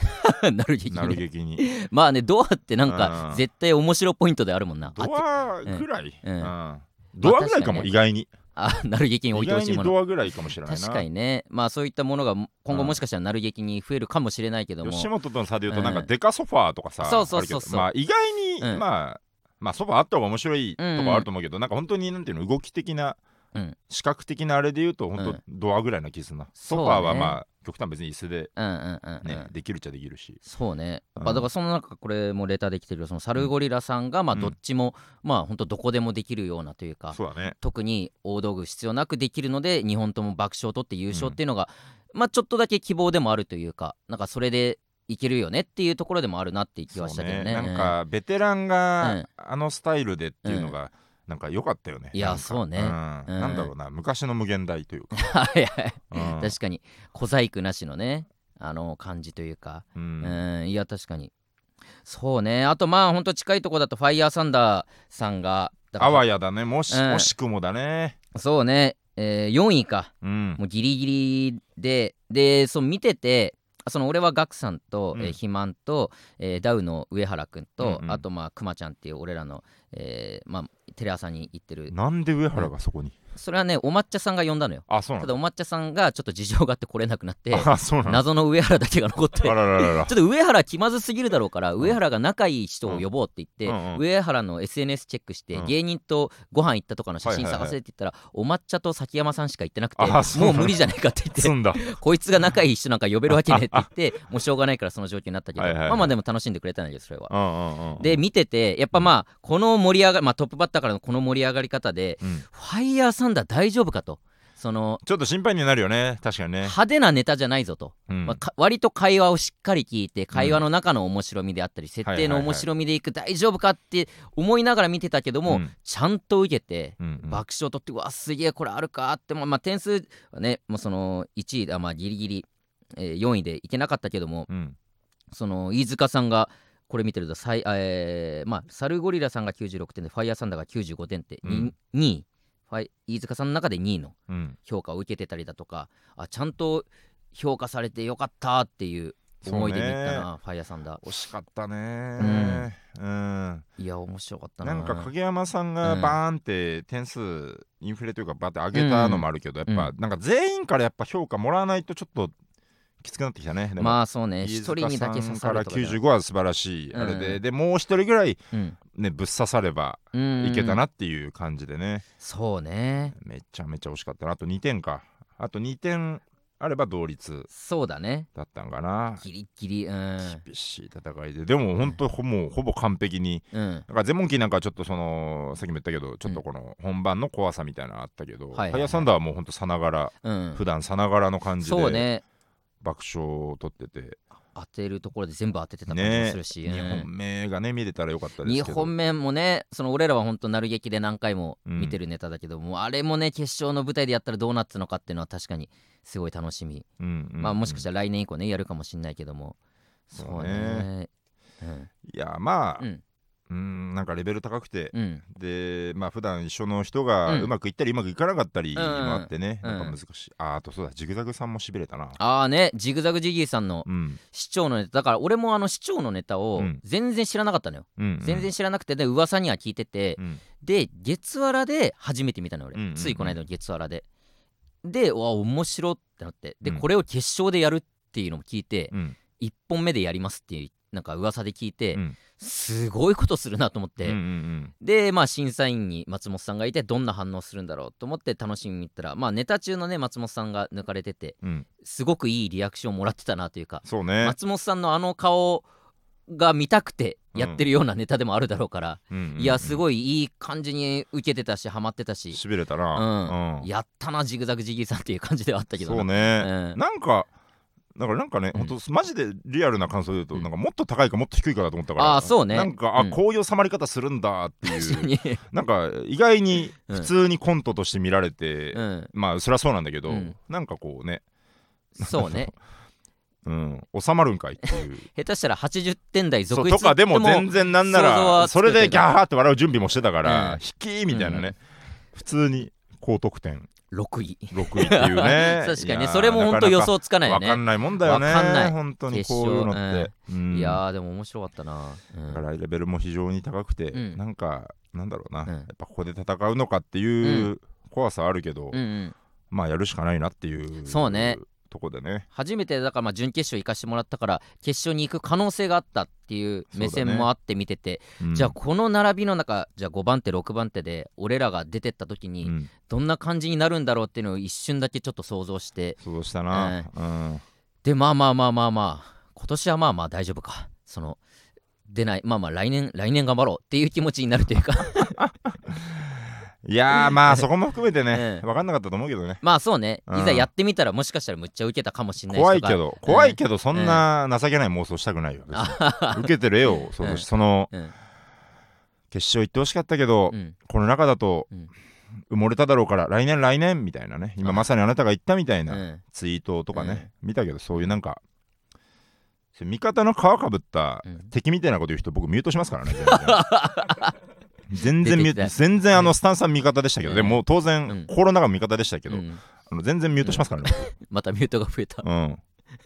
[SPEAKER 1] なる劇
[SPEAKER 2] なる
[SPEAKER 1] ね。
[SPEAKER 2] 劇に
[SPEAKER 1] まあね、ドアってなんか
[SPEAKER 2] うん
[SPEAKER 1] 絶対面白ポイントであるもんな。
[SPEAKER 2] ドアぐらい、
[SPEAKER 1] うんうん
[SPEAKER 2] うんドアぐらいか
[SPEAKER 1] まあ確かに
[SPEAKER 2] も
[SPEAKER 1] ね
[SPEAKER 2] 意外に
[SPEAKER 1] あてあ、なる劇に置
[SPEAKER 2] 意
[SPEAKER 1] いてほ
[SPEAKER 2] 外
[SPEAKER 1] しい
[SPEAKER 2] に
[SPEAKER 1] もの。
[SPEAKER 2] ドアぐらいかもしれないな
[SPEAKER 1] 確かにね、まあそういったものが今後
[SPEAKER 2] うん
[SPEAKER 1] もしかしたらなる劇に増えるかもしれないけども。
[SPEAKER 2] 吉本との差で言うとなんか
[SPEAKER 1] うん
[SPEAKER 2] デカソファーとかさ、
[SPEAKER 1] そうそうそうそう
[SPEAKER 2] あるけどまあ意外に、
[SPEAKER 1] うん
[SPEAKER 2] まあまあソファーあった方が面白いと
[SPEAKER 1] うん
[SPEAKER 2] こはあると思うけど、なんか本当になんていうの動き的な、
[SPEAKER 1] うん
[SPEAKER 2] 視覚的なあれで言うと
[SPEAKER 1] う
[SPEAKER 2] 本
[SPEAKER 1] ん
[SPEAKER 2] 当ドアぐらいな気すんな、
[SPEAKER 1] そ
[SPEAKER 2] ソ
[SPEAKER 1] う
[SPEAKER 2] フ
[SPEAKER 1] ね
[SPEAKER 2] ァーはまあ極端別に椅子で
[SPEAKER 1] うんうんうんうん
[SPEAKER 2] ね、できるっちゃできるし
[SPEAKER 1] そうね、
[SPEAKER 2] うん
[SPEAKER 1] まあだからその中これもレターできてるそのサルゴリラさんがまあ
[SPEAKER 2] うん
[SPEAKER 1] どっちも、まあ本当どこでもできるようなというか
[SPEAKER 2] そうだね
[SPEAKER 1] 特に大道具必要なくできるので2本とも爆笑を取って優勝っていうのが、まあちょっとだけ希望でもあるというかなんかそれでいけるよねっていうところでもあるなっていう気はしたけどね。
[SPEAKER 2] なんかベテラン
[SPEAKER 1] う
[SPEAKER 2] が
[SPEAKER 1] ん
[SPEAKER 2] あのスタイルでっていうのがなんか良かったよね。
[SPEAKER 1] いや
[SPEAKER 2] なんか
[SPEAKER 1] そうね
[SPEAKER 2] ん
[SPEAKER 1] うん
[SPEAKER 2] なんだろうな昔の無限大 という
[SPEAKER 1] う
[SPEAKER 2] か。
[SPEAKER 1] んはいはい
[SPEAKER 2] うん
[SPEAKER 1] 確かに小細工なしのねあの感じというか、
[SPEAKER 2] う
[SPEAKER 1] うんん、いや確かにそうねあとまあほんと近いとこだとファイヤーサンダーさんがだか
[SPEAKER 2] あ
[SPEAKER 1] ら
[SPEAKER 2] わやだねもし
[SPEAKER 1] うん
[SPEAKER 2] 惜しくもだね。
[SPEAKER 1] そうね、えー4位か
[SPEAKER 2] うん
[SPEAKER 1] もうギリギリででそう見ててその俺はガクさんと、
[SPEAKER 2] うん
[SPEAKER 1] えー肥満と、えーダウの上原くんと、
[SPEAKER 2] うんうん
[SPEAKER 1] あとまあクマちゃんっていう俺らの、えーまあ、テレ朝に行ってる
[SPEAKER 2] なんで上原がそこに
[SPEAKER 1] それはねお抹茶さんが呼んだのよ
[SPEAKER 2] あそうな
[SPEAKER 1] た
[SPEAKER 2] んだ
[SPEAKER 1] だお抹茶さんがちょっと事情があって来れなくなって
[SPEAKER 2] あ そうなんだ。
[SPEAKER 1] 謎の上原だけが残って
[SPEAKER 2] あららら ら
[SPEAKER 1] ちょっと上原気まずすぎるだろうから
[SPEAKER 2] ん
[SPEAKER 1] 上原が仲いい人を呼ぼうって言
[SPEAKER 2] う
[SPEAKER 1] っ
[SPEAKER 2] んうん
[SPEAKER 1] て上原の SNS チェックして
[SPEAKER 2] うん
[SPEAKER 1] 芸人とご飯行ったとかの写真
[SPEAKER 2] はいはいは
[SPEAKER 1] 探
[SPEAKER 2] い
[SPEAKER 1] せって言ったらお抹茶と崎山さんしか行ってなくて
[SPEAKER 2] あそう
[SPEAKER 1] もう無理じゃないかって言
[SPEAKER 2] す
[SPEAKER 1] っ
[SPEAKER 2] んだ。
[SPEAKER 1] てこいつが仲いい人なんか呼べるわけねって 言ってもうしょうがないからその状況になったけど
[SPEAKER 2] はいはいはい
[SPEAKER 1] まあまあでも楽しんでくれたんだけどそれは。
[SPEAKER 2] うんうんうん
[SPEAKER 1] で見ててやっぱまあこの盛り上がりまあトップバッターからのこの盛り上がり方で
[SPEAKER 2] うん
[SPEAKER 1] ファイヤーサンダー大丈夫かとその
[SPEAKER 2] ちょっと心配になるよね確かにね。
[SPEAKER 1] 派手なネタじゃないぞと。
[SPEAKER 2] うん
[SPEAKER 1] まあ、か割と会話をしっかり聞いて会話の中の面白みであったり、設定の面白みでいく、大丈夫かって思いながら見てたけども、
[SPEAKER 2] うん
[SPEAKER 1] ちゃんと受けて、
[SPEAKER 2] うんうん
[SPEAKER 1] 爆笑取ってうわすげえこれあるかって、まあまあ、点数はねもうその1位だ、まあ、ギリギリ、えー4位でいけなかったけども
[SPEAKER 2] うん
[SPEAKER 1] その飯塚さんがこれ見てるとさい、えーまあ、サルゴリラさんが96点でファイヤーサンダーが95点って、
[SPEAKER 2] うん
[SPEAKER 1] 2位ファイ飯塚さんの中で2位の
[SPEAKER 2] うん
[SPEAKER 1] 評価を受けてたりだとかあちゃんと評価されてよかったっていう思い出に行った
[SPEAKER 2] そう
[SPEAKER 1] な、ファイヤーサンダー
[SPEAKER 2] 惜しかったね。うん
[SPEAKER 1] いや面白かったな
[SPEAKER 2] なんか影山さん
[SPEAKER 1] う
[SPEAKER 2] が
[SPEAKER 1] ん
[SPEAKER 2] バーンって点数インフレというかバーンって上げたのもあるけど、
[SPEAKER 1] ん
[SPEAKER 2] やっぱなんか全員からやっぱ評価もらわないとちょっときつくなってきたね。でも
[SPEAKER 1] まあそうね一
[SPEAKER 2] 飯
[SPEAKER 1] 人
[SPEAKER 2] 塚
[SPEAKER 1] にだけ
[SPEAKER 2] さ
[SPEAKER 1] 刺
[SPEAKER 2] ん
[SPEAKER 1] さ
[SPEAKER 2] から
[SPEAKER 1] るとかじゃない
[SPEAKER 2] 95は素晴らしい、あれ
[SPEAKER 1] うんう
[SPEAKER 2] で
[SPEAKER 1] ん
[SPEAKER 2] でもう一人ぐらい、
[SPEAKER 1] うん
[SPEAKER 2] ね、ぶっ刺されば
[SPEAKER 1] うんうんうん
[SPEAKER 2] いけたなっていう感じでね、
[SPEAKER 1] そうね
[SPEAKER 2] めちゃめちゃ惜しかったなあと2点かあと2点あれば同率
[SPEAKER 1] そうだね
[SPEAKER 2] だったんかな
[SPEAKER 1] ギリギリうん
[SPEAKER 2] 厳しい戦いででも本当ほもうほぼ完璧に
[SPEAKER 1] うん
[SPEAKER 2] だからゼモンキーなんかはちょっとそのさっきも言ったけどちょっとこの本番の怖さみたいなのあったけど、
[SPEAKER 1] い
[SPEAKER 2] ハ
[SPEAKER 1] はいはい
[SPEAKER 2] イヤーサンダーはもうほんとさながら
[SPEAKER 1] うん
[SPEAKER 2] 普段さながらの感じ
[SPEAKER 1] そう
[SPEAKER 2] で
[SPEAKER 1] ね
[SPEAKER 2] 爆笑を取ってて、
[SPEAKER 1] 当てるところで全部当ててた感じも
[SPEAKER 2] ね
[SPEAKER 1] するし、うん
[SPEAKER 2] 2本目がね見れたらよかったです
[SPEAKER 1] 二
[SPEAKER 2] けど
[SPEAKER 1] 本目もねその俺らは本当なる劇で何回も見てるネタだけども、あれもね決勝の舞台でやったらどうなってたのかっていうのは確かにすごい楽しみ、
[SPEAKER 2] うんうん
[SPEAKER 1] まあもしかしたら来年以降ねやるかもしんないけどもそうねうん
[SPEAKER 2] いやまあ
[SPEAKER 1] うん
[SPEAKER 2] うんなんかレベル高くて
[SPEAKER 1] うん
[SPEAKER 2] でまあ普段一緒の人
[SPEAKER 1] う
[SPEAKER 2] が
[SPEAKER 1] ん
[SPEAKER 2] うまくいったりうまくいかなかったり
[SPEAKER 1] ん
[SPEAKER 2] もあってね
[SPEAKER 1] うん
[SPEAKER 2] なんか難しいああとそうだジグザグさんもしびれたな
[SPEAKER 1] ああねジグザグジギーさんの
[SPEAKER 2] うん
[SPEAKER 1] 市長のネタだから俺もあの市長のネタを
[SPEAKER 2] うん
[SPEAKER 1] 全然知らなかったのよ、
[SPEAKER 2] うんうん
[SPEAKER 1] 全然知らなくてで噂には聞いてて、
[SPEAKER 2] うん
[SPEAKER 1] で月わらで初めて見たのよ俺、
[SPEAKER 2] うんうんうん
[SPEAKER 1] ついこの間の月わらででうわ面白ってなってで、
[SPEAKER 2] うん
[SPEAKER 1] これを決勝でやるっていうのも聞いて、
[SPEAKER 2] うん
[SPEAKER 1] 1本目でやりますっていうなんか噂で聞いて、
[SPEAKER 2] うん
[SPEAKER 1] すごいことするなと思って、
[SPEAKER 2] うんうん
[SPEAKER 1] でまあ審査員に松本さんがいてどんな反応するんだろうと思って楽しみに行ったらまあネタ中のね松本さんが抜かれてて
[SPEAKER 2] うんうん
[SPEAKER 1] すごくいいリアクションをもらってたなというか
[SPEAKER 2] そうね
[SPEAKER 1] 松本さんのあの顔が見たくてやってるようなネタでもあるだろうから、いやす
[SPEAKER 2] い
[SPEAKER 1] ごいいい感じに受けてたしハマってたし、
[SPEAKER 2] しびれた
[SPEAKER 1] う
[SPEAKER 2] なんうん
[SPEAKER 1] やったなジグザグジギーさんっていう感じではあったけどな
[SPEAKER 2] そうね
[SPEAKER 1] うん
[SPEAKER 2] なんかだからなんかね、
[SPEAKER 1] うん
[SPEAKER 2] 本当マジでリアルな感想で言うと、
[SPEAKER 1] うん
[SPEAKER 2] なんかもっと高いかもっと低いかだと思ったから
[SPEAKER 1] あーそうね
[SPEAKER 2] なんかあ、
[SPEAKER 1] うん
[SPEAKER 2] こういう収まり方するんだってい
[SPEAKER 1] 確か
[SPEAKER 2] う
[SPEAKER 1] に、
[SPEAKER 2] なんか意外に
[SPEAKER 1] うん
[SPEAKER 2] 普通にコントとして見られて、
[SPEAKER 1] うん、
[SPEAKER 2] まあそりゃそうなんだけど、
[SPEAKER 1] うん
[SPEAKER 2] なんかこうね、
[SPEAKER 1] そうね
[SPEAKER 2] うん、収まるんかいって いう
[SPEAKER 1] 下手したら80点台
[SPEAKER 2] そ
[SPEAKER 1] 続
[SPEAKER 2] う
[SPEAKER 1] 出
[SPEAKER 2] とかでも全然なんな
[SPEAKER 1] 想像は
[SPEAKER 2] ら
[SPEAKER 1] つく
[SPEAKER 2] それ
[SPEAKER 1] け
[SPEAKER 2] で
[SPEAKER 1] ど
[SPEAKER 2] ギャーって笑う準備もしてたか
[SPEAKER 1] う
[SPEAKER 2] ら
[SPEAKER 1] ん
[SPEAKER 2] 「引、き」みたいなね、普通に高得点
[SPEAKER 1] 6位
[SPEAKER 2] 6位っていうね
[SPEAKER 1] 確かに
[SPEAKER 2] い
[SPEAKER 1] ね
[SPEAKER 2] やー
[SPEAKER 1] それも本当予想つかないよ
[SPEAKER 2] わ
[SPEAKER 1] ね
[SPEAKER 2] かんないもんだよね。
[SPEAKER 1] わかんない
[SPEAKER 2] 本当にこういうのって。うん
[SPEAKER 1] いやーでも面白かったな、うん
[SPEAKER 2] だからレベルも非常に高くて、
[SPEAKER 1] うん
[SPEAKER 2] なんか、なんだろうな、
[SPEAKER 1] うん
[SPEAKER 2] やっぱここで戦うのかっていう怖さあるけど、
[SPEAKER 1] うんうん
[SPEAKER 2] まあやるしかないなっていう
[SPEAKER 1] そうね
[SPEAKER 2] とこでね。
[SPEAKER 1] 初めてだからまあ準決勝行かしてもらったから決勝に行く可能性があったっていう目線もあって見てて、
[SPEAKER 2] うん
[SPEAKER 1] じゃあこの並びの中じゃあ5番手6番手で俺らが出てった時
[SPEAKER 2] う
[SPEAKER 1] に
[SPEAKER 2] ん、
[SPEAKER 1] どんな感じになるんだろうっていうのを一瞬だけちょっと想像して
[SPEAKER 2] そうしたな、うん
[SPEAKER 1] でまあまあまあまあまあ今年はまあまあ大丈夫かその出ないまあまあ来年来年頑張ろうっていう気持ちになるというか
[SPEAKER 2] いやーまあそこも含め てね、
[SPEAKER 1] う
[SPEAKER 2] 分かんなかったと思うけどね
[SPEAKER 1] まあそうね
[SPEAKER 2] うん
[SPEAKER 1] いざやってみたらもしかしたらむっちゃ受けたかもしれないし
[SPEAKER 2] 怖いけ
[SPEAKER 1] とか
[SPEAKER 2] ど怖いけどそんな情けない妄想したくないよ、別に受けてる絵を 想像しその
[SPEAKER 1] うん
[SPEAKER 2] 決勝行ってほしかったけど、
[SPEAKER 1] うん
[SPEAKER 2] この中だと
[SPEAKER 1] うん
[SPEAKER 2] 埋もれただろうから来年来年みたいなね今まさにあなたが言ったみたいうなんツイートとかね、見たけどそういうなんかそう味方の皮かぶった
[SPEAKER 1] うん
[SPEAKER 2] 敵みたいなこと言う人僕ミュートしますからね 全然全然ミュ
[SPEAKER 1] 出て
[SPEAKER 2] ー
[SPEAKER 1] き
[SPEAKER 2] ト全然あのスタンスは味方でしたけど、
[SPEAKER 1] うん
[SPEAKER 2] でも当然、
[SPEAKER 1] うん
[SPEAKER 2] 心の中も味方でしたけど、
[SPEAKER 1] うん
[SPEAKER 2] あの全然ミュートしますからね、
[SPEAKER 1] またミュートが増 えた
[SPEAKER 2] うん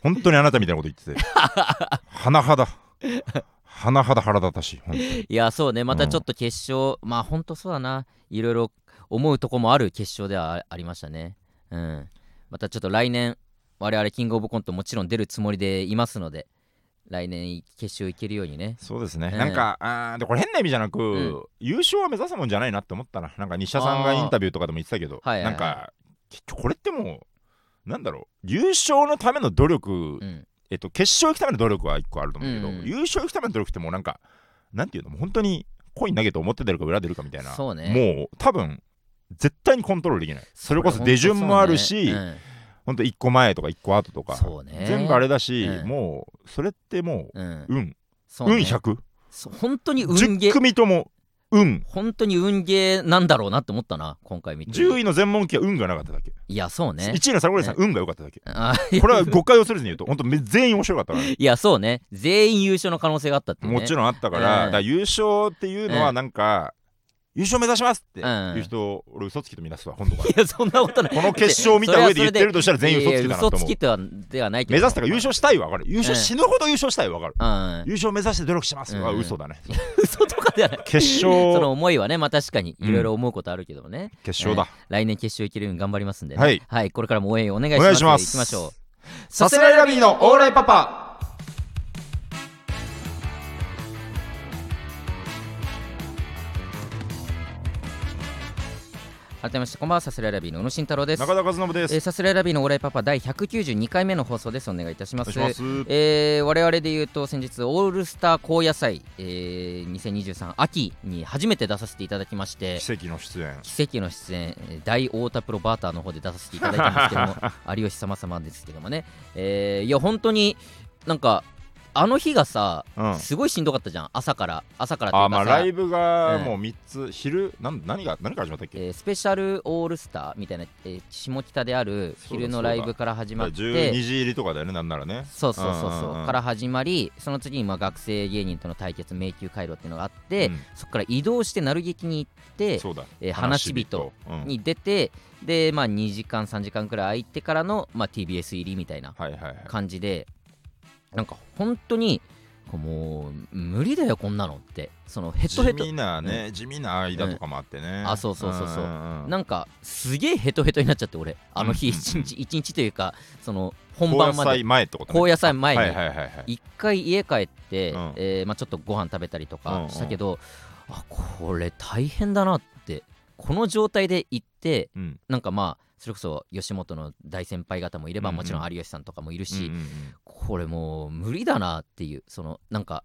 [SPEAKER 2] 本当にあなたみたいなこと言ってて甚だ甚だ腹立たしい本当に
[SPEAKER 1] いやそうねまたちょっと決勝、まあほんとそうだないろいろ思うとこもある決勝ではあありましたねうんまたちょっと来年我々キングオブコントもちろん出るつもりでいますので来年決勝行けるようにね
[SPEAKER 2] そうですね、
[SPEAKER 1] ええ
[SPEAKER 2] なんかあーでこれ変な意味じゃなく、
[SPEAKER 1] ん
[SPEAKER 2] 優勝は目指すもんじゃないなって思ったななんか西田さんがインタビューとかでも言ってたけど、
[SPEAKER 1] あーはいはいはい
[SPEAKER 2] なんか結局これってもうなんだろう優勝のための努力、
[SPEAKER 1] うん
[SPEAKER 2] えっと、決勝行くための努力は一個あると思うけど、
[SPEAKER 1] うんうん
[SPEAKER 2] 優勝行くための努力ってもうなんかなんていうのもう本当にコイン投げて表出るか裏出るかみたいな
[SPEAKER 1] そうね
[SPEAKER 2] もう多分絶対にコントロールできないそれこそ出順もあるし、
[SPEAKER 1] これほんと
[SPEAKER 2] ほんと1個前とか1個後とか、
[SPEAKER 1] そうねうんそうね
[SPEAKER 2] 全部あれだし、
[SPEAKER 1] うん
[SPEAKER 2] もうそれっても
[SPEAKER 1] うん
[SPEAKER 2] う運、
[SPEAKER 1] そうね
[SPEAKER 2] 運 100?10
[SPEAKER 1] そう本当に運ゲー
[SPEAKER 2] 組とも運
[SPEAKER 1] 本当に運ゲーなんだろうなって思ったな今回見て
[SPEAKER 2] 10位の全問記は運がなかっただけ、
[SPEAKER 1] いやそうね
[SPEAKER 2] 1位のサゴリさん、運が良かっただけ
[SPEAKER 1] あ
[SPEAKER 2] これは誤解をする に言うと本当全員面白かったからね
[SPEAKER 1] いやそうね全員優勝の可能性があったっていうね
[SPEAKER 2] もちろんあったから,、
[SPEAKER 1] うん
[SPEAKER 2] だから優勝っていうの
[SPEAKER 1] う
[SPEAKER 2] は
[SPEAKER 1] ん
[SPEAKER 2] なんか、優勝目指しますって
[SPEAKER 1] うん
[SPEAKER 2] いう人を、俺嘘つきとみなすわ今度から
[SPEAKER 1] いやそんなことない
[SPEAKER 2] この決勝を見た上で言ってるとしたら全員嘘つき
[SPEAKER 1] い
[SPEAKER 2] だなと
[SPEAKER 1] や嘘
[SPEAKER 2] 思
[SPEAKER 1] つ
[SPEAKER 2] う
[SPEAKER 1] きとはではないけど
[SPEAKER 2] 目指すとか優勝したいは分かる優勝
[SPEAKER 1] うん
[SPEAKER 2] 死ぬほど優勝したいは分かる、
[SPEAKER 1] うん
[SPEAKER 2] 優勝目指して努力しますは、
[SPEAKER 1] うん
[SPEAKER 2] 嘘だね
[SPEAKER 1] 嘘とかではない
[SPEAKER 2] 決
[SPEAKER 1] その
[SPEAKER 2] 勝
[SPEAKER 1] 思いはねまあ確かに
[SPEAKER 2] うん
[SPEAKER 1] いろいろ思うことあるけどもね、
[SPEAKER 2] 決勝だ、
[SPEAKER 1] 来年決勝行けるように頑張りますんでね、
[SPEAKER 2] はい
[SPEAKER 1] これからも応援お願いし
[SPEAKER 2] お
[SPEAKER 1] ます
[SPEAKER 2] 願いします
[SPEAKER 1] 行きましょう
[SPEAKER 2] さすらいラビーのオーライパパ
[SPEAKER 1] 改めましてこんばんはさすらいラビーの宇野慎太郎です
[SPEAKER 2] 中田和信です、
[SPEAKER 1] えーさすらいラビーのオーライパパ第192回目の放送ですお願いいたします
[SPEAKER 2] お願いします
[SPEAKER 1] えー我々で言うと先日オールスター高野菜、えー2023秋に初めて出させていただきまして
[SPEAKER 2] 奇跡の出演
[SPEAKER 1] 奇跡の出演えー大太田プロバーターの方で出させて いただいたんですけども有吉様様ですけどもね、えーいや本当になんかあの日がさ、
[SPEAKER 2] うん
[SPEAKER 1] すごいしんどかったじゃん朝から朝からってい
[SPEAKER 2] あ
[SPEAKER 1] う
[SPEAKER 2] まあ
[SPEAKER 1] か
[SPEAKER 2] ラ
[SPEAKER 1] さ
[SPEAKER 2] イブが
[SPEAKER 1] うん
[SPEAKER 2] もう3つ昼なん何が何から始まったっけ
[SPEAKER 1] えースペシャルオールスターみたいな、えー下北である
[SPEAKER 2] そうだ
[SPEAKER 1] 昼のライブから始まっ
[SPEAKER 2] 12
[SPEAKER 1] て
[SPEAKER 2] 時入りとかだよねなんならね
[SPEAKER 1] そうそうそうそう
[SPEAKER 2] うんうんうん
[SPEAKER 1] から始まりその次にまあ学生芸人との対決迷宮回路っていうのがあって、
[SPEAKER 2] うん
[SPEAKER 1] そこから移動して鳴る劇に行って
[SPEAKER 2] そうだ
[SPEAKER 1] えー話し人
[SPEAKER 2] うん
[SPEAKER 1] に出てでまあ2時間3時間くらい空いてからの、まあ、TBS 入りみたいな
[SPEAKER 2] はいはいはい
[SPEAKER 1] 感じでなんか本当にこうもう無理だよこんなのってそのヘッ
[SPEAKER 2] 地
[SPEAKER 1] ドヘッド
[SPEAKER 2] 味なね地味な間とかもあってね
[SPEAKER 1] んあそうそうそうそうん
[SPEAKER 2] んん
[SPEAKER 1] なんかすげえヘトヘトになっちゃって俺あの日
[SPEAKER 2] うん
[SPEAKER 1] 一日一日というかその本
[SPEAKER 2] 高野
[SPEAKER 1] 番ま
[SPEAKER 2] 菜
[SPEAKER 1] で
[SPEAKER 2] 前ってことね
[SPEAKER 1] 高野菜前
[SPEAKER 2] はい
[SPEAKER 1] に
[SPEAKER 2] はいはいはい
[SPEAKER 1] 一回家帰って、
[SPEAKER 2] うん
[SPEAKER 1] えーまあ、ちょっとご飯食べたりと
[SPEAKER 2] うんう
[SPEAKER 1] か
[SPEAKER 2] ん
[SPEAKER 1] したけど、あこれ大変だなってこの状態で行って
[SPEAKER 2] うん
[SPEAKER 1] なんかまあそれこそ吉本の大先輩方もいれば、
[SPEAKER 2] うんうん
[SPEAKER 1] もちろん有吉さんとかもいるし、
[SPEAKER 2] うんうんうん
[SPEAKER 1] これもう無理だなっていうそのなんか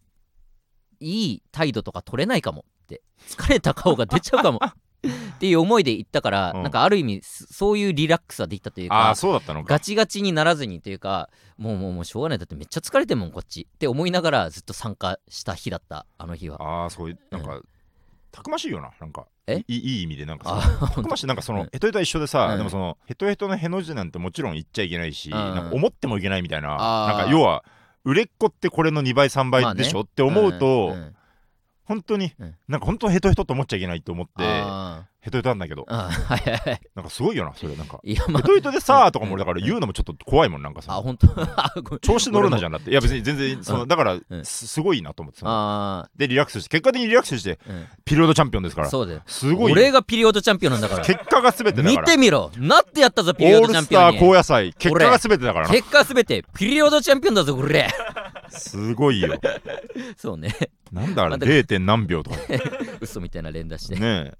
[SPEAKER 1] いい態度とか取れないかもって疲れた顔が出ちゃうか もっていう思いで行ったから、
[SPEAKER 2] うん
[SPEAKER 1] なんかある意味そそういうリラックスはできたという
[SPEAKER 2] あ
[SPEAKER 1] か
[SPEAKER 2] あそうだったのか
[SPEAKER 1] ガチガチにならずにというかもうもうもうしょうがないだってめっちゃ疲れてるもんこっちって思いながらずっと参加した日だったあの日は
[SPEAKER 2] ああそういうなんかたくましいよななんか
[SPEAKER 1] え
[SPEAKER 2] いいいい意味でなんかさ
[SPEAKER 1] あ
[SPEAKER 2] たくましいなんかそうの
[SPEAKER 1] ん
[SPEAKER 2] ヘトヘトは一緒でさ
[SPEAKER 1] うん
[SPEAKER 2] でもそのヘトヘトのへの字なんてもちろん言っちゃいけないし
[SPEAKER 1] うん
[SPEAKER 2] なんか思ってもいけないみたいな
[SPEAKER 1] あー
[SPEAKER 2] なんか要は売れっ子ってこれの2倍3
[SPEAKER 1] まあ
[SPEAKER 2] 倍
[SPEAKER 1] ね
[SPEAKER 2] でしょって思うと
[SPEAKER 1] んん
[SPEAKER 2] 本当に
[SPEAKER 1] うん
[SPEAKER 2] なんか本当ヘトヘトって思っちゃいけないと思って
[SPEAKER 1] あ
[SPEAKER 2] ヘトヘトなんだけど
[SPEAKER 1] ーあーはいはいはい
[SPEAKER 2] なんかすごいよなそれなんか
[SPEAKER 1] いやま
[SPEAKER 2] ヘ
[SPEAKER 1] あ
[SPEAKER 2] トヘトでさーとかも俺だから言うのもちょっと怖いもんなんか
[SPEAKER 1] あ
[SPEAKER 2] さ
[SPEAKER 1] 本当 あごめん
[SPEAKER 2] 調子乗るなじゃんだっていや別に全然そうのだから
[SPEAKER 1] うん
[SPEAKER 2] すすごいなと思ってさ
[SPEAKER 1] あ
[SPEAKER 2] でリラックスして結果的にリラックスして
[SPEAKER 1] ーうん
[SPEAKER 2] ピリオドチャンピオンですから
[SPEAKER 1] そうだよ
[SPEAKER 2] すごいよ
[SPEAKER 1] 俺がピリオドチャンピオンなんだから
[SPEAKER 2] 結果が全てだ
[SPEAKER 1] 見
[SPEAKER 2] から
[SPEAKER 1] てみろなってやったぞピリオ
[SPEAKER 2] オー
[SPEAKER 1] ド
[SPEAKER 2] ル
[SPEAKER 1] チャ
[SPEAKER 2] ス
[SPEAKER 1] ンピオ
[SPEAKER 2] タ
[SPEAKER 1] ン
[SPEAKER 2] ー
[SPEAKER 1] に
[SPEAKER 2] 高野菜結果が全てだからな
[SPEAKER 1] 結果すべてピリオドチャンピオンだぞこれ
[SPEAKER 2] すごいよ
[SPEAKER 1] そうね
[SPEAKER 2] なんだあれ
[SPEAKER 1] また
[SPEAKER 2] 0. 点何秒とかね
[SPEAKER 1] 嘘みたいな連打して、
[SPEAKER 2] え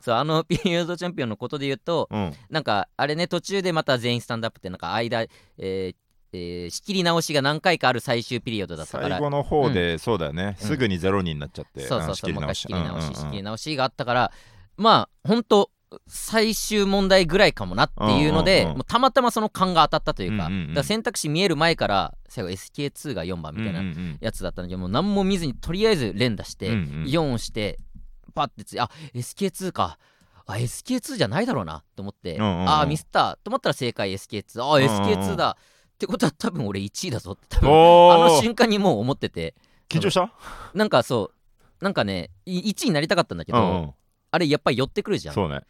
[SPEAKER 1] そうあのピリオドチャンピオンのことで言うと
[SPEAKER 2] うん
[SPEAKER 1] なんかあれね途中でまた全員スタンドアップってなんか間、えーえー仕切り直しが何回かある最終ピリオドだったか
[SPEAKER 2] 最
[SPEAKER 1] ら
[SPEAKER 2] 後の方でそうだよねすぐに0になっちゃって
[SPEAKER 1] そうそう
[SPEAKER 2] あ仕
[SPEAKER 1] そう
[SPEAKER 2] 切り
[SPEAKER 1] もう一
[SPEAKER 2] 直
[SPEAKER 1] 回
[SPEAKER 2] し
[SPEAKER 1] 仕切り直し仕
[SPEAKER 2] うんう
[SPEAKER 1] 切
[SPEAKER 2] んう
[SPEAKER 1] り
[SPEAKER 2] ん
[SPEAKER 1] 直しがあったからまあ本当最終問題ぐらいかもなっていうの
[SPEAKER 2] うんう
[SPEAKER 1] で
[SPEAKER 2] んうん
[SPEAKER 1] もうたまたまその勘が当たったというか,、
[SPEAKER 2] うんうんうん
[SPEAKER 1] だから選択肢見える前から最後 SK2 が4番みたいな
[SPEAKER 2] うんうん
[SPEAKER 1] やつだったんだけどもう何も見ずにとりあえず連打して、
[SPEAKER 2] うんうん
[SPEAKER 1] 4をしてパッてつあ SK2 かあ SK2 じゃないだろうなと思って、
[SPEAKER 2] うんうんうん
[SPEAKER 1] あミスったと思ったら正解 SK2 あ
[SPEAKER 2] んうんうん
[SPEAKER 1] SK2 だ、ってことは多分俺1位だぞって多
[SPEAKER 2] うん
[SPEAKER 1] 分あの
[SPEAKER 2] おー
[SPEAKER 1] 瞬間にもう思ってて
[SPEAKER 2] 緊張した
[SPEAKER 1] なんかそうなんかねい1位になりたかったんだけ
[SPEAKER 2] う
[SPEAKER 1] ど、
[SPEAKER 2] んうん
[SPEAKER 1] あれやっぱり寄ってくるじゃん
[SPEAKER 2] そうね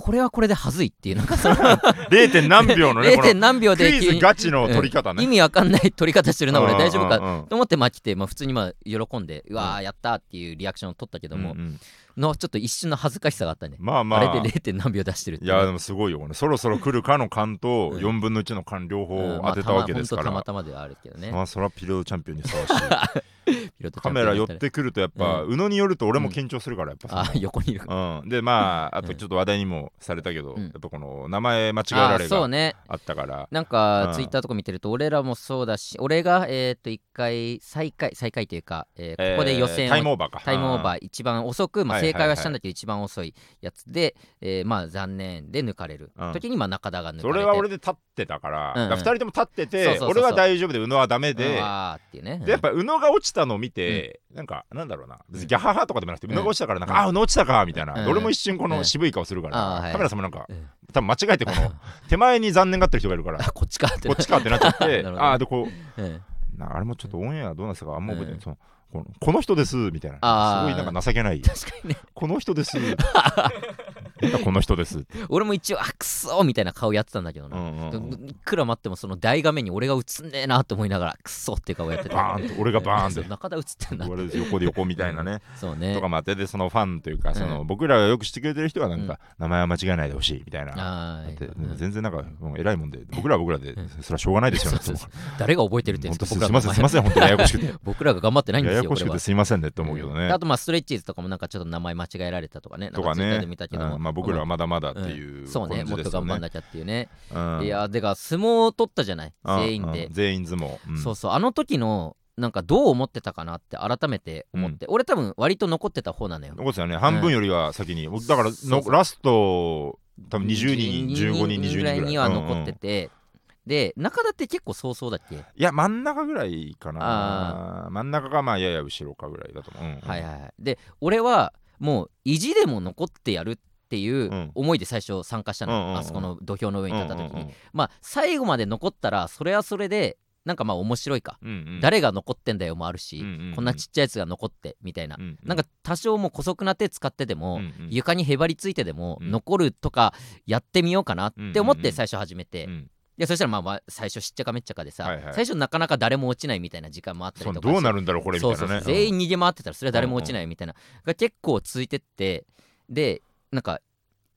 [SPEAKER 1] これはこれではずいっていうなんかその
[SPEAKER 2] 0. 点何 秒のね
[SPEAKER 1] 0.
[SPEAKER 2] この
[SPEAKER 1] 何秒
[SPEAKER 2] ク
[SPEAKER 1] で
[SPEAKER 2] イズガチの取り方
[SPEAKER 1] 意
[SPEAKER 2] ね
[SPEAKER 1] 味わかんない取り方してるな俺大丈夫か
[SPEAKER 2] うんうん
[SPEAKER 1] と思ってまあ来て、まあ、普通にまあ喜んでうわーやったーっていうリアクションを取ったけど
[SPEAKER 2] うん
[SPEAKER 1] も、
[SPEAKER 2] うんうん
[SPEAKER 1] のちょっと一瞬の恥ずかしさがあったね、
[SPEAKER 2] まあま
[SPEAKER 1] あ、れ
[SPEAKER 2] あ
[SPEAKER 1] で 0. 何秒出してるって
[SPEAKER 2] い
[SPEAKER 1] いう
[SPEAKER 2] やでもすごいよねそろそろ来るかの勘と
[SPEAKER 1] うん
[SPEAKER 2] 4分の1の勘
[SPEAKER 1] う
[SPEAKER 2] 両
[SPEAKER 1] ん
[SPEAKER 2] 方
[SPEAKER 1] まあ
[SPEAKER 2] 当てたわけですか
[SPEAKER 1] たま
[SPEAKER 2] ら
[SPEAKER 1] ほんとたまたまではあるけどね
[SPEAKER 2] まあそれはピリオドチャンピオンにふさわしい
[SPEAKER 1] ピロットちゃ
[SPEAKER 2] カ
[SPEAKER 1] んと
[SPEAKER 2] メ
[SPEAKER 1] や
[SPEAKER 2] ラ
[SPEAKER 1] り
[SPEAKER 2] 寄
[SPEAKER 1] た
[SPEAKER 2] っ
[SPEAKER 1] い
[SPEAKER 2] てくるとやっぱ、宇野によると俺も緊張するからやっぱ
[SPEAKER 1] あ
[SPEAKER 2] その
[SPEAKER 1] 横にいるか
[SPEAKER 2] うん、でまああとちょっと話題にもされたけど、
[SPEAKER 1] うん
[SPEAKER 2] やっぱこの名前間違え
[SPEAKER 1] あ
[SPEAKER 2] ら
[SPEAKER 1] ー
[SPEAKER 2] れ
[SPEAKER 1] そう
[SPEAKER 2] が
[SPEAKER 1] ね
[SPEAKER 2] あったから
[SPEAKER 1] なん
[SPEAKER 2] う
[SPEAKER 1] か
[SPEAKER 2] ん
[SPEAKER 1] ツイッターとか見てると俺らもそうだし俺がえっと一回最下位最下位というか、えーここで予
[SPEAKER 2] えー
[SPEAKER 1] 選を、
[SPEAKER 2] タイムオーバーか
[SPEAKER 1] タイムオーバ
[SPEAKER 2] ー
[SPEAKER 1] ー一番遅く、まあ、
[SPEAKER 2] はいはい
[SPEAKER 1] 正
[SPEAKER 2] は
[SPEAKER 1] 解
[SPEAKER 2] い
[SPEAKER 1] はしたんだけど一番遅いやつで、えーまあ残念で抜かれる
[SPEAKER 2] うん
[SPEAKER 1] 時にまあ中田が抜かれて
[SPEAKER 2] それは俺で立ってたから,、
[SPEAKER 1] うんうん
[SPEAKER 2] 2人とも立ってて
[SPEAKER 1] そうそうそうそう
[SPEAKER 2] 俺は大丈夫で宇野はダメ
[SPEAKER 1] う
[SPEAKER 2] で、
[SPEAKER 1] わーっていうね
[SPEAKER 2] でやっぱ宇野が落ちたのを見て、なんかなんだろうな別にギャハハとかでもなくて、
[SPEAKER 1] うん
[SPEAKER 2] 宇野が落ちたからなんか、
[SPEAKER 1] うん
[SPEAKER 2] あ宇野落ちたかみたいな、
[SPEAKER 1] うん
[SPEAKER 2] 俺も一瞬こ
[SPEAKER 1] う
[SPEAKER 2] の
[SPEAKER 1] ん
[SPEAKER 2] 渋い顔するから、
[SPEAKER 1] あーはい
[SPEAKER 2] カメラさんもなんか、
[SPEAKER 1] うん
[SPEAKER 2] 多分間違えてこの手前に残念がってる人がい るから
[SPEAKER 1] あこっちかって
[SPEAKER 2] こっちかってなっちゃっ
[SPEAKER 1] なる
[SPEAKER 2] て
[SPEAKER 1] ほどね
[SPEAKER 2] ああでこう
[SPEAKER 1] うん
[SPEAKER 2] なあれもちょっとオンエアどうなんですかあんま覚えてない、そのこのこの人ですみたいな
[SPEAKER 1] あー
[SPEAKER 2] すごいなんか情 けない
[SPEAKER 1] 確かにね
[SPEAKER 2] この人です なんだこの人です、
[SPEAKER 1] 俺も一応あくそーみたいな顔やってたんだけど
[SPEAKER 2] う
[SPEAKER 1] な、
[SPEAKER 2] んうんうん
[SPEAKER 1] いくら待ってもその大画面に俺が映んねえなと思いながらくそっていう顔やってた
[SPEAKER 2] バーンと俺がバーン
[SPEAKER 1] そう
[SPEAKER 2] で
[SPEAKER 1] 中田映ってんな
[SPEAKER 2] 俺です横で横みたいなね、
[SPEAKER 1] そうね
[SPEAKER 2] とかもあってでそのファンというかその、
[SPEAKER 1] う
[SPEAKER 2] 僕らがよくしてくれてる人はなんか、名前は間違えないでほしいみたいな。
[SPEAKER 1] はーい
[SPEAKER 2] だって
[SPEAKER 1] うん
[SPEAKER 2] 全然なんか、もう偉いもんで僕らは僕らで、それはしょうがないですよね
[SPEAKER 1] そうそう誰が覚えてるって言う
[SPEAKER 2] 本
[SPEAKER 1] んで
[SPEAKER 2] 当
[SPEAKER 1] す
[SPEAKER 2] す
[SPEAKER 1] か
[SPEAKER 2] いませんす
[SPEAKER 1] 僕らの名前
[SPEAKER 2] いません本当にややこしくて
[SPEAKER 1] 僕らが頑張 ってないんで
[SPEAKER 2] や
[SPEAKER 1] す
[SPEAKER 2] や
[SPEAKER 1] よこ
[SPEAKER 2] こ
[SPEAKER 1] れ
[SPEAKER 2] しく
[SPEAKER 1] は
[SPEAKER 2] てすいませんねって思うけどね
[SPEAKER 1] あとまあストレッチーズとかもなんかちょっと名前間違えられたとかね
[SPEAKER 2] とか
[SPEAKER 1] なんツイッター
[SPEAKER 2] ね
[SPEAKER 1] で見たけども
[SPEAKER 2] うんまあ、僕らはまだまだって
[SPEAKER 1] う
[SPEAKER 2] い
[SPEAKER 1] ん
[SPEAKER 2] う
[SPEAKER 1] そう
[SPEAKER 2] 感
[SPEAKER 1] ね
[SPEAKER 2] じ
[SPEAKER 1] もっ
[SPEAKER 2] で
[SPEAKER 1] と
[SPEAKER 2] すよ
[SPEAKER 1] 頑張ん
[SPEAKER 2] ね。
[SPEAKER 1] なきゃっていうね
[SPEAKER 2] うん
[SPEAKER 1] いやーてか相撲を取ったじゃない全員
[SPEAKER 2] うんう
[SPEAKER 1] で
[SPEAKER 2] ん全員相撲、うん
[SPEAKER 1] そうそうあの時のなんかどう思ってたかなって改めて思って、俺多分割と残ってた方なのよ
[SPEAKER 2] 残ってたよね半分よりは先に、僕だからの
[SPEAKER 1] そうそう
[SPEAKER 2] ラスト多分20人15人20人ぐ
[SPEAKER 1] ぐ
[SPEAKER 2] ら
[SPEAKER 1] ら
[SPEAKER 2] い
[SPEAKER 1] いには残ってて、で中田って結構早々だっけ、
[SPEAKER 2] いや真ん中ぐらいかな真ん中かまあやや後ろかぐらいだと思う、うんうん
[SPEAKER 1] はいはいはいで俺はもう意地でも残ってやるっていう
[SPEAKER 2] うん
[SPEAKER 1] 思いで最初参加したの、
[SPEAKER 2] うんうんうん
[SPEAKER 1] あそこの土俵の上に立った時に、
[SPEAKER 2] うんうん
[SPEAKER 1] まあ最後まで残ったらそれはそれでなんかまあ面白いか、
[SPEAKER 2] うんうん
[SPEAKER 1] 誰が残ってんだよもあるし、
[SPEAKER 2] うんうんうん
[SPEAKER 1] こんなちっちゃいやつが残ってみたいな、
[SPEAKER 2] うう
[SPEAKER 1] なんか多少もう姑息な手使ってでも、
[SPEAKER 2] うんうん
[SPEAKER 1] 床にへばりついてでも
[SPEAKER 2] うん
[SPEAKER 1] 残るとかやってみようかなって思っ
[SPEAKER 2] うんうんう
[SPEAKER 1] て
[SPEAKER 2] ん
[SPEAKER 1] 最初始めて、
[SPEAKER 2] うん
[SPEAKER 1] でそしたらまあまあ最初しっちゃかめっちゃかでさ、
[SPEAKER 2] はいはい
[SPEAKER 1] 最初なかなか誰も落ちないみたいな時間もあったり
[SPEAKER 2] そう
[SPEAKER 1] とか
[SPEAKER 2] どうなるんだろうこれみたい
[SPEAKER 1] そう
[SPEAKER 2] なね
[SPEAKER 1] そうそう
[SPEAKER 2] うん
[SPEAKER 1] 全員逃げ回ってたらそれは誰も落ちないみたいな、が結構続いてってでなんか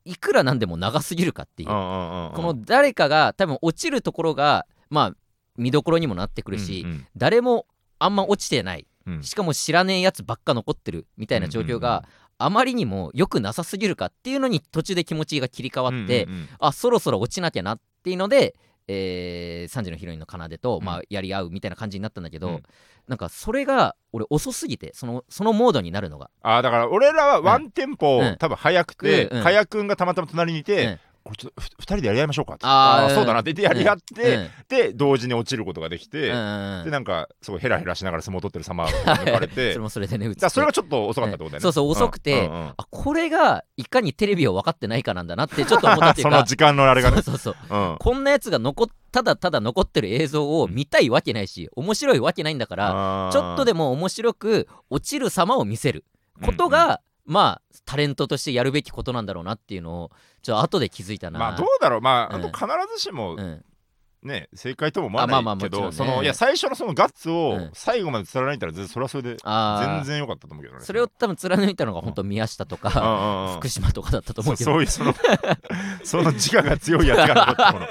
[SPEAKER 1] いくらなんでも長すぎるかっていう、
[SPEAKER 2] うんうんうんうん
[SPEAKER 1] この誰かが多分落ちるところがまあ見どころにもなってくるし、
[SPEAKER 2] うん
[SPEAKER 1] 誰もあんま落ちてない
[SPEAKER 2] うんうん
[SPEAKER 1] しかも知らねえやつばっか残ってるみたいな状況
[SPEAKER 2] うんうんうん
[SPEAKER 1] があまりにも良くなさすぎるかっていうのに途中で気持ちが切り替わって、
[SPEAKER 2] うんうんうん
[SPEAKER 1] あそろそろ落ちなきゃなっていうので、えー、3時のヒロインの奏と、
[SPEAKER 2] うん
[SPEAKER 1] まあ、やり合うみたいな感じになったんだけど、
[SPEAKER 2] うん
[SPEAKER 1] なんかそれが俺遅すぎてそのそのモードになるのが、
[SPEAKER 2] あーだから俺らはワンテンポ、
[SPEAKER 1] うん
[SPEAKER 2] 多分早くて、
[SPEAKER 1] うんうん
[SPEAKER 2] かやくんがたまたま隣にいて、
[SPEAKER 1] うん
[SPEAKER 2] これちょっとふ二人でやり合いましょうかって
[SPEAKER 1] あー
[SPEAKER 2] あーそうだなって言ってやり合って、
[SPEAKER 1] うん
[SPEAKER 2] で同時に落ちることができて、
[SPEAKER 1] うん
[SPEAKER 2] でなんかすごいヘラヘラしながら相撲取ってる様を抜かれ て
[SPEAKER 1] それもそれでね映っ
[SPEAKER 2] だ
[SPEAKER 1] て
[SPEAKER 2] からそれがちょっと遅かったってことだよね、
[SPEAKER 1] そうそう遅くて
[SPEAKER 2] うんうんうん
[SPEAKER 1] あこれがいかにテレビを分かってないかなんだなってちょっと思ったってい
[SPEAKER 2] そうの
[SPEAKER 1] か
[SPEAKER 2] 時間のあれがね、
[SPEAKER 1] そうそうそう
[SPEAKER 2] うん、
[SPEAKER 1] こんなやつが残っただただ残ってる映像を見たいわけないし面白いわけないんだからちょっとで
[SPEAKER 2] も
[SPEAKER 1] も面白く落ちる様を見せることが、まあタレントとしてやるべきことなんだろうなっていうのをちょっと後で気づいたな。
[SPEAKER 2] まあどうだろうまあ、
[SPEAKER 1] うん
[SPEAKER 2] あと必ずしも
[SPEAKER 1] うん
[SPEAKER 2] ね正解とも思わな
[SPEAKER 1] あまあ
[SPEAKER 2] い
[SPEAKER 1] まあ
[SPEAKER 2] けど、
[SPEAKER 1] もち
[SPEAKER 2] そ
[SPEAKER 1] ろんね
[SPEAKER 2] のいや最初のそのガッツ
[SPEAKER 1] う
[SPEAKER 2] を
[SPEAKER 1] ん
[SPEAKER 2] 最後まで貫いたら全然それはそれで
[SPEAKER 1] あ
[SPEAKER 2] 全
[SPEAKER 1] ー
[SPEAKER 2] 然良かったと思うけどね
[SPEAKER 1] それを多分貫いたのが本当宮下とか、
[SPEAKER 2] うん うんうん
[SPEAKER 1] 福島とかだったと思
[SPEAKER 2] そうう
[SPEAKER 1] け
[SPEAKER 2] そ
[SPEAKER 1] ど
[SPEAKER 2] ういう そのその自我が強いやつが残ったもの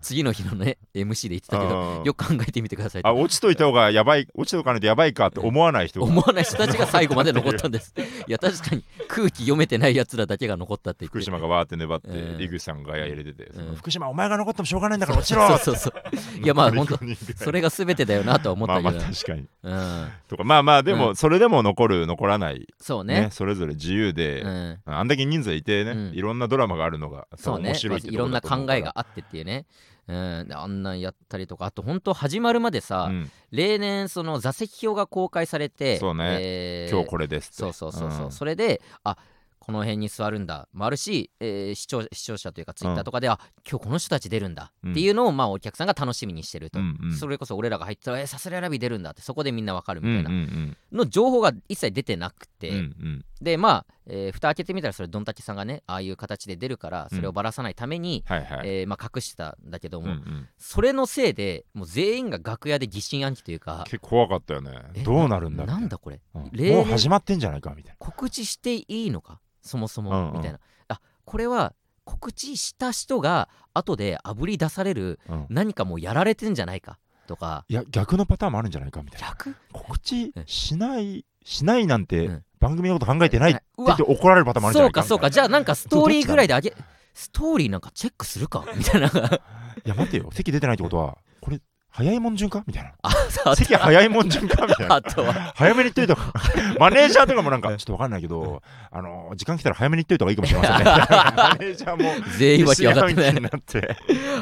[SPEAKER 1] 次の日のね MC で言ってたけど
[SPEAKER 2] うん
[SPEAKER 1] よく考えてみてくださいって
[SPEAKER 2] あ落ちといた方がやばい落ちとかないとやばいかって思わない人が
[SPEAKER 1] 思わない人たちが最後まで残ったん ですいや確かに空気読めてないやつらだけが残ったって言って
[SPEAKER 2] 福島がわーって粘って
[SPEAKER 1] うん
[SPEAKER 2] 井口さんが入れてて、その
[SPEAKER 1] うん
[SPEAKER 2] 福島お前が残ってもしょうがないんだから落ち ろ
[SPEAKER 1] そうそうそういや まあ本当
[SPEAKER 2] 残り五人ぐらい
[SPEAKER 1] それが全てだよなとは思っ
[SPEAKER 2] ま
[SPEAKER 1] た
[SPEAKER 2] あ
[SPEAKER 1] け
[SPEAKER 2] ま
[SPEAKER 1] ど、
[SPEAKER 2] あ確かに
[SPEAKER 1] うん、
[SPEAKER 2] とかまあまあで
[SPEAKER 1] う
[SPEAKER 2] もそれでも残る残らない
[SPEAKER 1] そう
[SPEAKER 2] ね
[SPEAKER 1] ね
[SPEAKER 2] それぞれ自由で、
[SPEAKER 1] うん、
[SPEAKER 2] あんだけ人数いてね、
[SPEAKER 1] うん
[SPEAKER 2] いろんなドラマがあるのが
[SPEAKER 1] そうね
[SPEAKER 2] 面白いって
[SPEAKER 1] まあい
[SPEAKER 2] と
[SPEAKER 1] ろ
[SPEAKER 2] こ
[SPEAKER 1] んな
[SPEAKER 2] だと思
[SPEAKER 1] 考
[SPEAKER 2] うから
[SPEAKER 1] えがあってっていうねうんであんなんやったりとかあと本当始まるまでさ、
[SPEAKER 2] うん
[SPEAKER 1] 例年その座席表が公開されて
[SPEAKER 2] そうね
[SPEAKER 1] えー
[SPEAKER 2] 今日これですって
[SPEAKER 1] そうそうそうそう、
[SPEAKER 2] ん
[SPEAKER 1] それであこの辺に座るんだもあるし、えー視聴視聴者というかツイッターとかで、あ今日この人たち出るんだっていうのを、まあ、お客さんが楽しみにしてると、
[SPEAKER 2] うんうん
[SPEAKER 1] それこそ俺らが入ってたら「えー、サスレラビ出るんだ」ってそこでみんなわかるみ
[SPEAKER 2] うん
[SPEAKER 1] た
[SPEAKER 2] う
[SPEAKER 1] い
[SPEAKER 2] んう
[SPEAKER 1] な、
[SPEAKER 2] ん
[SPEAKER 1] の情報が一切出てなくて、
[SPEAKER 2] うんうん
[SPEAKER 1] でまあ、えー蓋開けてみたらそれドンタケさんがねああいう形で出るからそれをばらさないために、
[SPEAKER 2] はいはい、
[SPEAKER 1] えーまあ、隠してたんだけど
[SPEAKER 2] うん
[SPEAKER 1] も、
[SPEAKER 2] うん
[SPEAKER 1] それのせいでもう全員が楽屋で疑心暗鬼というか
[SPEAKER 2] 結構怖かったよね
[SPEAKER 1] え
[SPEAKER 2] どうなるんだみた
[SPEAKER 1] な
[SPEAKER 2] い
[SPEAKER 1] んだこれ
[SPEAKER 2] うん
[SPEAKER 1] 例年
[SPEAKER 2] もう始まってんじゃないかみたい
[SPEAKER 1] 告知していいのかそもそも、
[SPEAKER 2] うんうん
[SPEAKER 1] みたいなあこれは告知した人が後であぶり出される
[SPEAKER 2] な、うん
[SPEAKER 1] 何かもうやられてんじゃないかとか
[SPEAKER 2] いや逆のパターンもあるんじゃないかみたいな
[SPEAKER 1] 逆
[SPEAKER 2] 告知
[SPEAKER 1] うん
[SPEAKER 2] しないしないなん
[SPEAKER 1] う
[SPEAKER 2] て
[SPEAKER 1] ん
[SPEAKER 2] 番組のこと考えてないって
[SPEAKER 1] う
[SPEAKER 2] 言
[SPEAKER 1] わ
[SPEAKER 2] って怒られるパターンもあるん
[SPEAKER 1] そ
[SPEAKER 2] じゃな
[SPEAKER 1] う
[SPEAKER 2] いか
[SPEAKER 1] かそうか
[SPEAKER 2] み
[SPEAKER 1] じゃあなんかストーリーぐらい
[SPEAKER 2] ど
[SPEAKER 1] であげストーリーなんかチェックするかみ たいな
[SPEAKER 2] たいないや待てよ席出てないってことはこれ早いもん順かみたいな
[SPEAKER 1] ああ
[SPEAKER 2] 席早いもん順かみたいな
[SPEAKER 1] あとは
[SPEAKER 2] 早めに言っといた方が マネージャーとかもなんかちょっとわかんないけどあの時間来たら早めに言っといた方がいいかもしれま せんねマネージャーも
[SPEAKER 1] 全員わけ分かってな
[SPEAKER 2] 疑心暗鬼
[SPEAKER 1] い
[SPEAKER 2] になって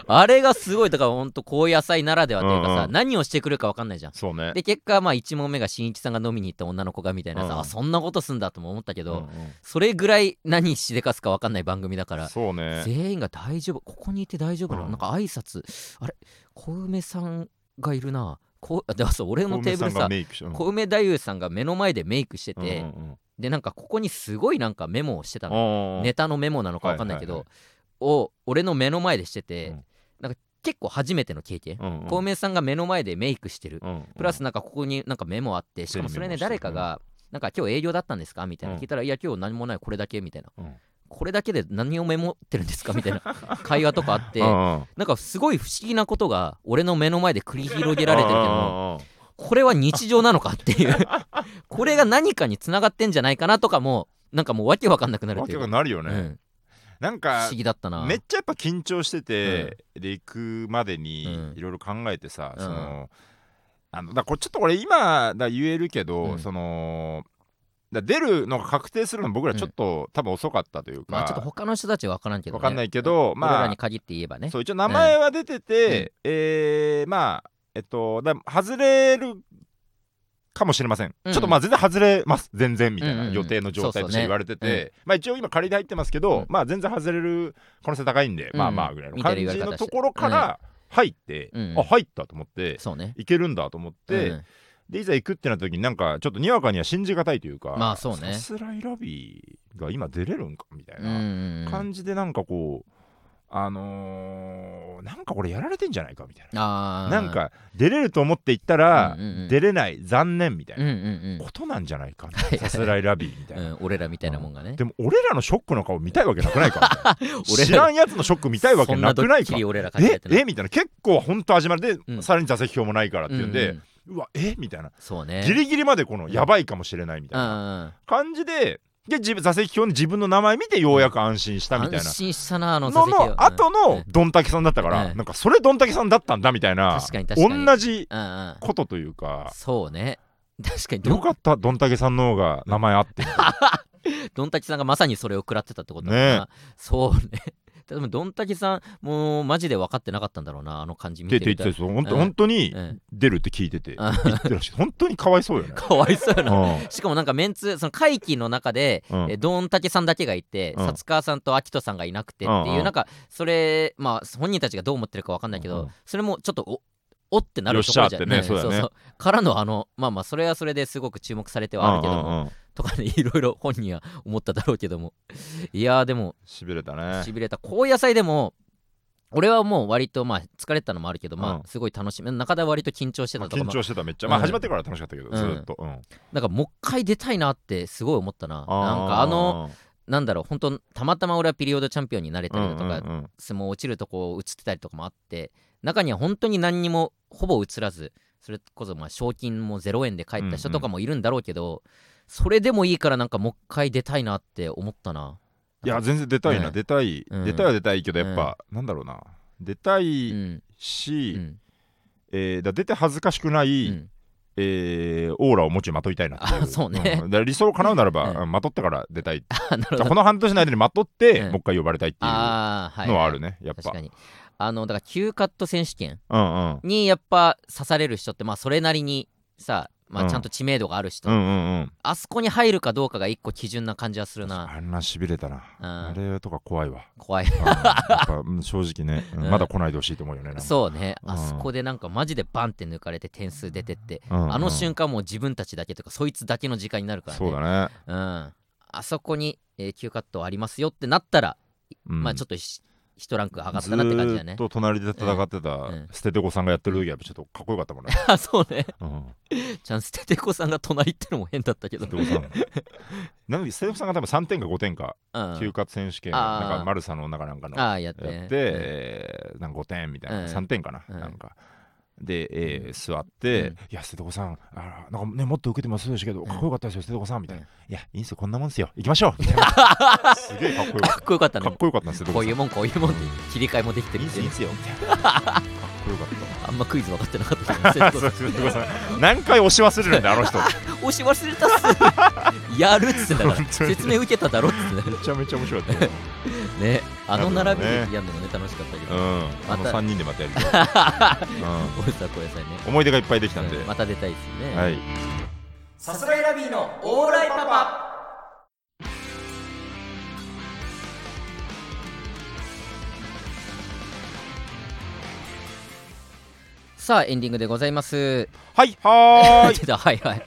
[SPEAKER 1] あれがすごいだからほんと高野菜ならではというかさ、
[SPEAKER 2] うんうん
[SPEAKER 1] 何をしてくるか分かんないじゃん
[SPEAKER 2] そうね
[SPEAKER 1] で結果まあ1問目が新一さんが飲みに行った女の子がみたいなさ、
[SPEAKER 2] うん
[SPEAKER 1] あそんなことすんだとも思ったけ
[SPEAKER 2] う
[SPEAKER 1] ど、
[SPEAKER 2] んうん
[SPEAKER 1] それぐらい何しでかすか分かんない番組だから、
[SPEAKER 2] そうね
[SPEAKER 1] 全員が大丈夫ここにいて大丈夫なの、
[SPEAKER 2] うん
[SPEAKER 1] なんか挨拶あれ小梅さんがいるなこうあでもそう俺のテーブル
[SPEAKER 2] 小梅さんが
[SPEAKER 1] さ
[SPEAKER 2] メイクしうん
[SPEAKER 1] 小梅太夫さんが目の前でメイクしてて、
[SPEAKER 2] うんうんうん
[SPEAKER 1] でなんかここにすごいなんかメモをしてたの、
[SPEAKER 2] うんうん
[SPEAKER 1] ネタのメモなのか分かんないけど、
[SPEAKER 2] はいは
[SPEAKER 1] を俺の目の前でしてて、
[SPEAKER 2] うん
[SPEAKER 1] なんか結構初めての経験、
[SPEAKER 2] うんうん
[SPEAKER 1] 小梅さんが目の前でメイクしてる、
[SPEAKER 2] うんうん
[SPEAKER 1] プラスなんかここになんかメモあってしかもそれね
[SPEAKER 2] 手に
[SPEAKER 1] 誰
[SPEAKER 2] メモして
[SPEAKER 1] か
[SPEAKER 2] る
[SPEAKER 1] が「なんか今日営業だったんですか?」みたいな
[SPEAKER 2] うん
[SPEAKER 1] 聞いたら「いや今日何もないこれだけ」みたいな
[SPEAKER 2] うん
[SPEAKER 1] 「これだけで何をメモってるんですか?」み たいな会話とかあって
[SPEAKER 2] うんう
[SPEAKER 1] なんんかすごい不思議なことが俺の目の前で繰り広げられてるけども
[SPEAKER 2] うんうんうん
[SPEAKER 1] これは日常なのかっていう これが何かにつながってんじゃないかなとかもなんかもうわけわかんなくなる
[SPEAKER 2] わ
[SPEAKER 1] とい
[SPEAKER 2] け
[SPEAKER 1] う
[SPEAKER 2] が
[SPEAKER 1] か
[SPEAKER 2] なるよ
[SPEAKER 1] う
[SPEAKER 2] ね
[SPEAKER 1] ん
[SPEAKER 2] なん
[SPEAKER 1] 不思
[SPEAKER 2] か
[SPEAKER 1] 議だったな
[SPEAKER 2] めっちゃやっぱ緊張してて、で行くまでに
[SPEAKER 1] うん
[SPEAKER 2] いろいろ考えてさ、
[SPEAKER 1] うん
[SPEAKER 2] そのあのだからこれちょっと俺今だから言えるけど、
[SPEAKER 1] うん
[SPEAKER 2] そのだ出るのが確定するの僕らちょっと、多分遅かったというか、
[SPEAKER 1] まあちょっと他の人たちは分からんけど、ね、
[SPEAKER 2] わかんないけどまあ
[SPEAKER 1] 俺らに限って言えばね
[SPEAKER 2] そう一応名前は出てて、えーまあえっとだ外れるかもしれません、
[SPEAKER 1] うん
[SPEAKER 2] ちょっとまあ全然外れます全然みた
[SPEAKER 1] う
[SPEAKER 2] い
[SPEAKER 1] んうん
[SPEAKER 2] な
[SPEAKER 1] うん
[SPEAKER 2] 予定の状態
[SPEAKER 1] そうそう
[SPEAKER 2] と
[SPEAKER 1] ね
[SPEAKER 2] して言われてて、まあ一応今仮で入ってますけど、
[SPEAKER 1] うん
[SPEAKER 2] まあ全然外れる可能性高いんで、
[SPEAKER 1] うん
[SPEAKER 2] まあまあぐらいの
[SPEAKER 1] みた
[SPEAKER 2] 感
[SPEAKER 1] いな
[SPEAKER 2] じ
[SPEAKER 1] 言われ方
[SPEAKER 2] の
[SPEAKER 1] して
[SPEAKER 2] ところから入って、
[SPEAKER 1] うん
[SPEAKER 2] あ入ったと思って、
[SPEAKER 1] そうね
[SPEAKER 2] いけるんだと思って、
[SPEAKER 1] うん
[SPEAKER 2] でいざ行くってなった時になんかちょっとにわかには信じがたいというか
[SPEAKER 1] まあそうね
[SPEAKER 2] さすらいラビーが今出れるんかみたい
[SPEAKER 1] うん
[SPEAKER 2] な
[SPEAKER 1] うんうん
[SPEAKER 2] 感じでなんかこうあのーなんかこれやられてんじゃないかみたいな
[SPEAKER 1] あー
[SPEAKER 2] なんか出れると思って行ったら
[SPEAKER 1] うんうんうん
[SPEAKER 2] 出れない残念みたい
[SPEAKER 1] うん
[SPEAKER 2] な
[SPEAKER 1] うん
[SPEAKER 2] ことなんじゃないかみた い
[SPEAKER 1] はい
[SPEAKER 2] なさすらいラビーみたい
[SPEAKER 1] うんう
[SPEAKER 2] なん
[SPEAKER 1] 俺らみたいなもんがね
[SPEAKER 2] でも俺らのショックの顔見たいわけなくないかみたいな
[SPEAKER 1] 俺ら
[SPEAKER 2] 知らんやつのショック見たいわけなくない
[SPEAKER 1] そんドッキ
[SPEAKER 2] か
[SPEAKER 1] リ俺ら考
[SPEAKER 2] え
[SPEAKER 1] てな
[SPEAKER 2] えみたいな結構ほんと始まりで
[SPEAKER 1] うん
[SPEAKER 2] さらに座席表もないからっていうん
[SPEAKER 1] う
[SPEAKER 2] で
[SPEAKER 1] ん
[SPEAKER 2] うわえみたいな
[SPEAKER 1] そうね
[SPEAKER 2] ギリギリまでこのやばいかもしれないみたい
[SPEAKER 1] あ
[SPEAKER 2] な感じでで自分座席表に自分の名前見てようやく安心したみたい
[SPEAKER 1] 安
[SPEAKER 2] な
[SPEAKER 1] 心したなあの座
[SPEAKER 2] の
[SPEAKER 1] 席は
[SPEAKER 2] の後
[SPEAKER 1] うん
[SPEAKER 2] のドンタキさんだったから、
[SPEAKER 1] うん
[SPEAKER 2] なんかそれドンタキさんだったんだみたいな
[SPEAKER 1] 確かに確かに
[SPEAKER 2] 同じ
[SPEAKER 1] うんうんうん
[SPEAKER 2] ことというか
[SPEAKER 1] そうね確かにど
[SPEAKER 2] よかったドンタキさんの方が名前あって
[SPEAKER 1] ドンタキさんがまさにそれを食らってたってことだからな、そうね 多分ドンタキさんもうマジで分かってなかったんだろうなあの感じ見
[SPEAKER 2] 出
[SPEAKER 1] て
[SPEAKER 2] て言
[SPEAKER 1] み
[SPEAKER 2] って
[SPEAKER 1] た
[SPEAKER 2] たん
[SPEAKER 1] ら
[SPEAKER 2] ですよ本当
[SPEAKER 1] うん
[SPEAKER 2] 本当に
[SPEAKER 1] うん
[SPEAKER 2] 出るって聞いてて
[SPEAKER 1] あ
[SPEAKER 2] 言ってらっしゃる本当にかわいそう よね。
[SPEAKER 1] かわいそうやな
[SPEAKER 2] う
[SPEAKER 1] しかもなんかメンツその会期の中で、
[SPEAKER 2] うん
[SPEAKER 1] えドンタケさんだけがいて
[SPEAKER 2] うん
[SPEAKER 1] 薩川さんと秋人さんがいなくてっていう、
[SPEAKER 2] うんうん
[SPEAKER 1] なんかそれまあ本人たちがどう思ってるかわかんないけど、
[SPEAKER 2] うん
[SPEAKER 1] それもちょっとおおってなるところじゃん
[SPEAKER 2] よっしゃーってねそうだね
[SPEAKER 1] からのあのまあまあそれはそれですごく注目されてはあるけども、
[SPEAKER 2] ん
[SPEAKER 1] とかねい ろいろ本人は思っただろうけどもいやーでも
[SPEAKER 2] しびれたね
[SPEAKER 1] しびれた高野菜でも俺はもう割とまあ疲れてたのもあるけど、ま
[SPEAKER 2] うん
[SPEAKER 1] あすごい楽しみ中田は割と緊張して
[SPEAKER 2] ま
[SPEAKER 1] た
[SPEAKER 2] あ
[SPEAKER 1] とか、
[SPEAKER 2] 緊
[SPEAKER 1] まあ
[SPEAKER 2] 張してためっちゃ、
[SPEAKER 1] うん
[SPEAKER 2] まあ始まってから楽しかったけど、
[SPEAKER 1] うん
[SPEAKER 2] ずっと、うん、なん
[SPEAKER 1] なんかもう一回出たいなってすごい思ったななんかあのなんだろう本当たまたま俺はピリオドチャンピオンになれたりだとか、
[SPEAKER 2] うんうんうん
[SPEAKER 1] 相撲落ちるとこ映ってたりとかもあって中には本当に何にもほぼ映らずそれこそまあ賞金も0円で帰った人とかもいるんだろうけど、それでもいいからなんかもう一回出たいなって思ったない
[SPEAKER 2] や全然出たいな、
[SPEAKER 1] うん
[SPEAKER 2] 出たい、
[SPEAKER 1] うん
[SPEAKER 2] 出たいは出たいけどやっぱ、なんだろうな出た
[SPEAKER 1] う
[SPEAKER 2] い
[SPEAKER 1] んう
[SPEAKER 2] し、
[SPEAKER 1] ん
[SPEAKER 2] えーだ出て恥ずかしくな
[SPEAKER 1] う
[SPEAKER 2] い、
[SPEAKER 1] ん
[SPEAKER 2] えーオーラを持ちまといたいなってい
[SPEAKER 1] あそうね
[SPEAKER 2] んだから理想を叶うならば、
[SPEAKER 1] うん
[SPEAKER 2] うんまとってから出たい
[SPEAKER 1] あ なるほど
[SPEAKER 2] この半年の間にまとって、
[SPEAKER 1] うん
[SPEAKER 2] もう一回呼ばれたいっていう
[SPEAKER 1] あーはい
[SPEAKER 2] のはあるねやっぱ
[SPEAKER 1] 確かにあのだから9カット選手権
[SPEAKER 2] うんうん
[SPEAKER 1] にやっぱ刺される人ってまあそれなりにさ、ま
[SPEAKER 2] う
[SPEAKER 1] あ、
[SPEAKER 2] ん
[SPEAKER 1] ちゃんと知名度がある人、
[SPEAKER 2] うんうんうん
[SPEAKER 1] あそこに入るかどうかが一個基準な感じはするな
[SPEAKER 2] あんなしびれたな、
[SPEAKER 1] うん
[SPEAKER 2] あれとか怖 いわ
[SPEAKER 1] 怖い
[SPEAKER 2] うんやっぱうん正直ね、うん
[SPEAKER 1] うん
[SPEAKER 2] まだ来ないでほしいと思うよねなんか
[SPEAKER 1] そうね
[SPEAKER 2] うん
[SPEAKER 1] あそこでなんかマジでバンって抜かれて点数出てって、
[SPEAKER 2] うんうん
[SPEAKER 1] あの瞬間もう自分たちだけとかそいつだけの時間になるからね
[SPEAKER 2] そうだね、
[SPEAKER 1] うん、あそこに、えー、9カットありますよってなったら、
[SPEAKER 2] うん
[SPEAKER 1] まあちょっとひ一ランク上がったなって感じだね
[SPEAKER 2] ずーっと隣で戦ってた
[SPEAKER 1] うん
[SPEAKER 2] 捨ててこさんがやってる時はやっぱちょっとかっこよかったもんね、
[SPEAKER 1] あそうね
[SPEAKER 2] うん
[SPEAKER 1] ちゃん捨ててこさんが隣ってのも変だったけど、
[SPEAKER 2] 瀬
[SPEAKER 1] う
[SPEAKER 2] 戸 さん。なので瀬戸さんが多分3点か5点か、
[SPEAKER 1] ん
[SPEAKER 2] 休活選手権、
[SPEAKER 1] あー
[SPEAKER 2] なんかマルサの中なんかのや
[SPEAKER 1] ああやっ、
[SPEAKER 2] ってて、
[SPEAKER 1] ね
[SPEAKER 2] えーなんか5点みたいな、
[SPEAKER 1] うん
[SPEAKER 2] 3点かな、
[SPEAKER 1] うん
[SPEAKER 2] なんか。で、えー座って、
[SPEAKER 1] うん
[SPEAKER 2] いや、瀬戸子さん、あーなんかね、もっと受けてますでしたけど、かっこよかったですよ、瀬戸子さん、みたいな。
[SPEAKER 1] うん
[SPEAKER 2] いや、いいんすよ、こんなもんですよ、行きましょうみたい なすげえかっこよか
[SPEAKER 1] か
[SPEAKER 2] っ
[SPEAKER 1] っこよかった
[SPEAKER 2] た。
[SPEAKER 1] ね
[SPEAKER 2] かっこよかったな、瀬戸
[SPEAKER 1] こう
[SPEAKER 2] 子さん。
[SPEAKER 1] いうもんこういうもんって切り替えもできて
[SPEAKER 2] いい
[SPEAKER 1] る
[SPEAKER 2] ん
[SPEAKER 1] っ
[SPEAKER 2] す
[SPEAKER 1] て
[SPEAKER 2] よ、
[SPEAKER 1] い
[SPEAKER 2] いいうっすよ、みたいなかっこよかった
[SPEAKER 1] あんまクイズ分かってなかったけど
[SPEAKER 2] な。瀬戸子さん、何回押し忘れるんだよ、あの人。め
[SPEAKER 1] 押し忘れたっ すやるっつってんだから
[SPEAKER 2] 本当に
[SPEAKER 1] 説明受けただろっつって
[SPEAKER 2] ちゃめちゃ面白かったよ。
[SPEAKER 1] ねねあの並び
[SPEAKER 2] なるほどね
[SPEAKER 1] やんのもね楽しかったけ
[SPEAKER 2] う
[SPEAKER 1] ど、
[SPEAKER 2] ん、
[SPEAKER 1] また
[SPEAKER 2] あの3人でまたやる。 うん
[SPEAKER 1] 俺さこれさいね
[SPEAKER 2] 思い出がいっぱいできたん で、
[SPEAKER 1] うんまた出たいですね、
[SPEAKER 2] はい、
[SPEAKER 1] さすらいラビーのオーライパパさあエンディングでございます
[SPEAKER 2] はいは ーい
[SPEAKER 1] 出たはいはい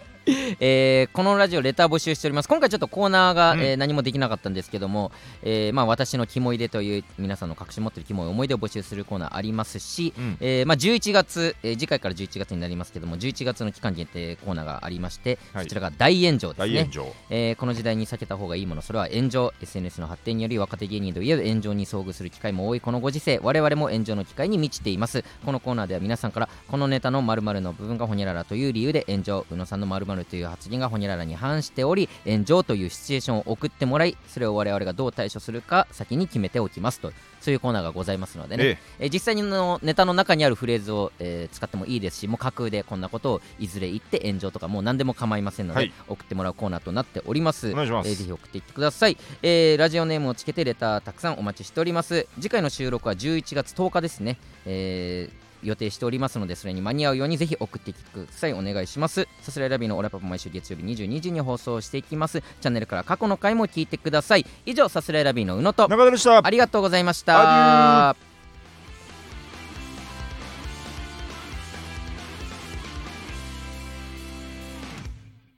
[SPEAKER 1] えーこのラジオレター募集しております今回ちょっとコーナーが、
[SPEAKER 2] うん
[SPEAKER 1] えー何もできなかったんですけども、えーまあ、私のキモいでという皆さんの隠し持ってるキモい思い出を募集するコーナーありますし、
[SPEAKER 2] うん
[SPEAKER 1] えーまあ、11月、えー次回から11月になりますけども11月の期間限定コーナーがありまして、
[SPEAKER 2] はい
[SPEAKER 1] そちらが大炎上です
[SPEAKER 2] 大炎
[SPEAKER 1] ね、
[SPEAKER 2] 上、
[SPEAKER 1] えーこの時代に避けた方がいいものそれは炎上 SNS の発展により若手芸人といえど炎上に遭遇する機会も多いこのご時世我々も炎上の機会に満ちていますこのコーナーでは皆さんからこのネタの〇〇の部分がほにゃららという理由で炎上宇野さんの〇〇という28人がホニャララに反しており炎上というシチュエーションを送ってもらいそれを我々がどう対処するか先に決めておきますとそういうコーナーがございますのでね、
[SPEAKER 2] え
[SPEAKER 1] えー実際にのネタの中にあるフレーズを、えー使ってもいいですしもう架空でこんなことをいずれ言って炎上とかもう何でも構いませんので、
[SPEAKER 2] はい
[SPEAKER 1] 送ってもらうコーナーとなっております
[SPEAKER 2] えお願いします、
[SPEAKER 1] えーぜひ送っていってください、えーラジオネームをつけてレターたくさんお待ちしております次回の収録は11月10日ですね、えー予定しておりますのでそれに間に合うようにぜひ送ってきてくださいお願いしますさすらいラビーのオラパパ毎週月曜日22時に放送していきますチャンネルから過去の回も聞いてください以上さすらいラビーの宇野と
[SPEAKER 2] 中田でした
[SPEAKER 1] ありがとうございました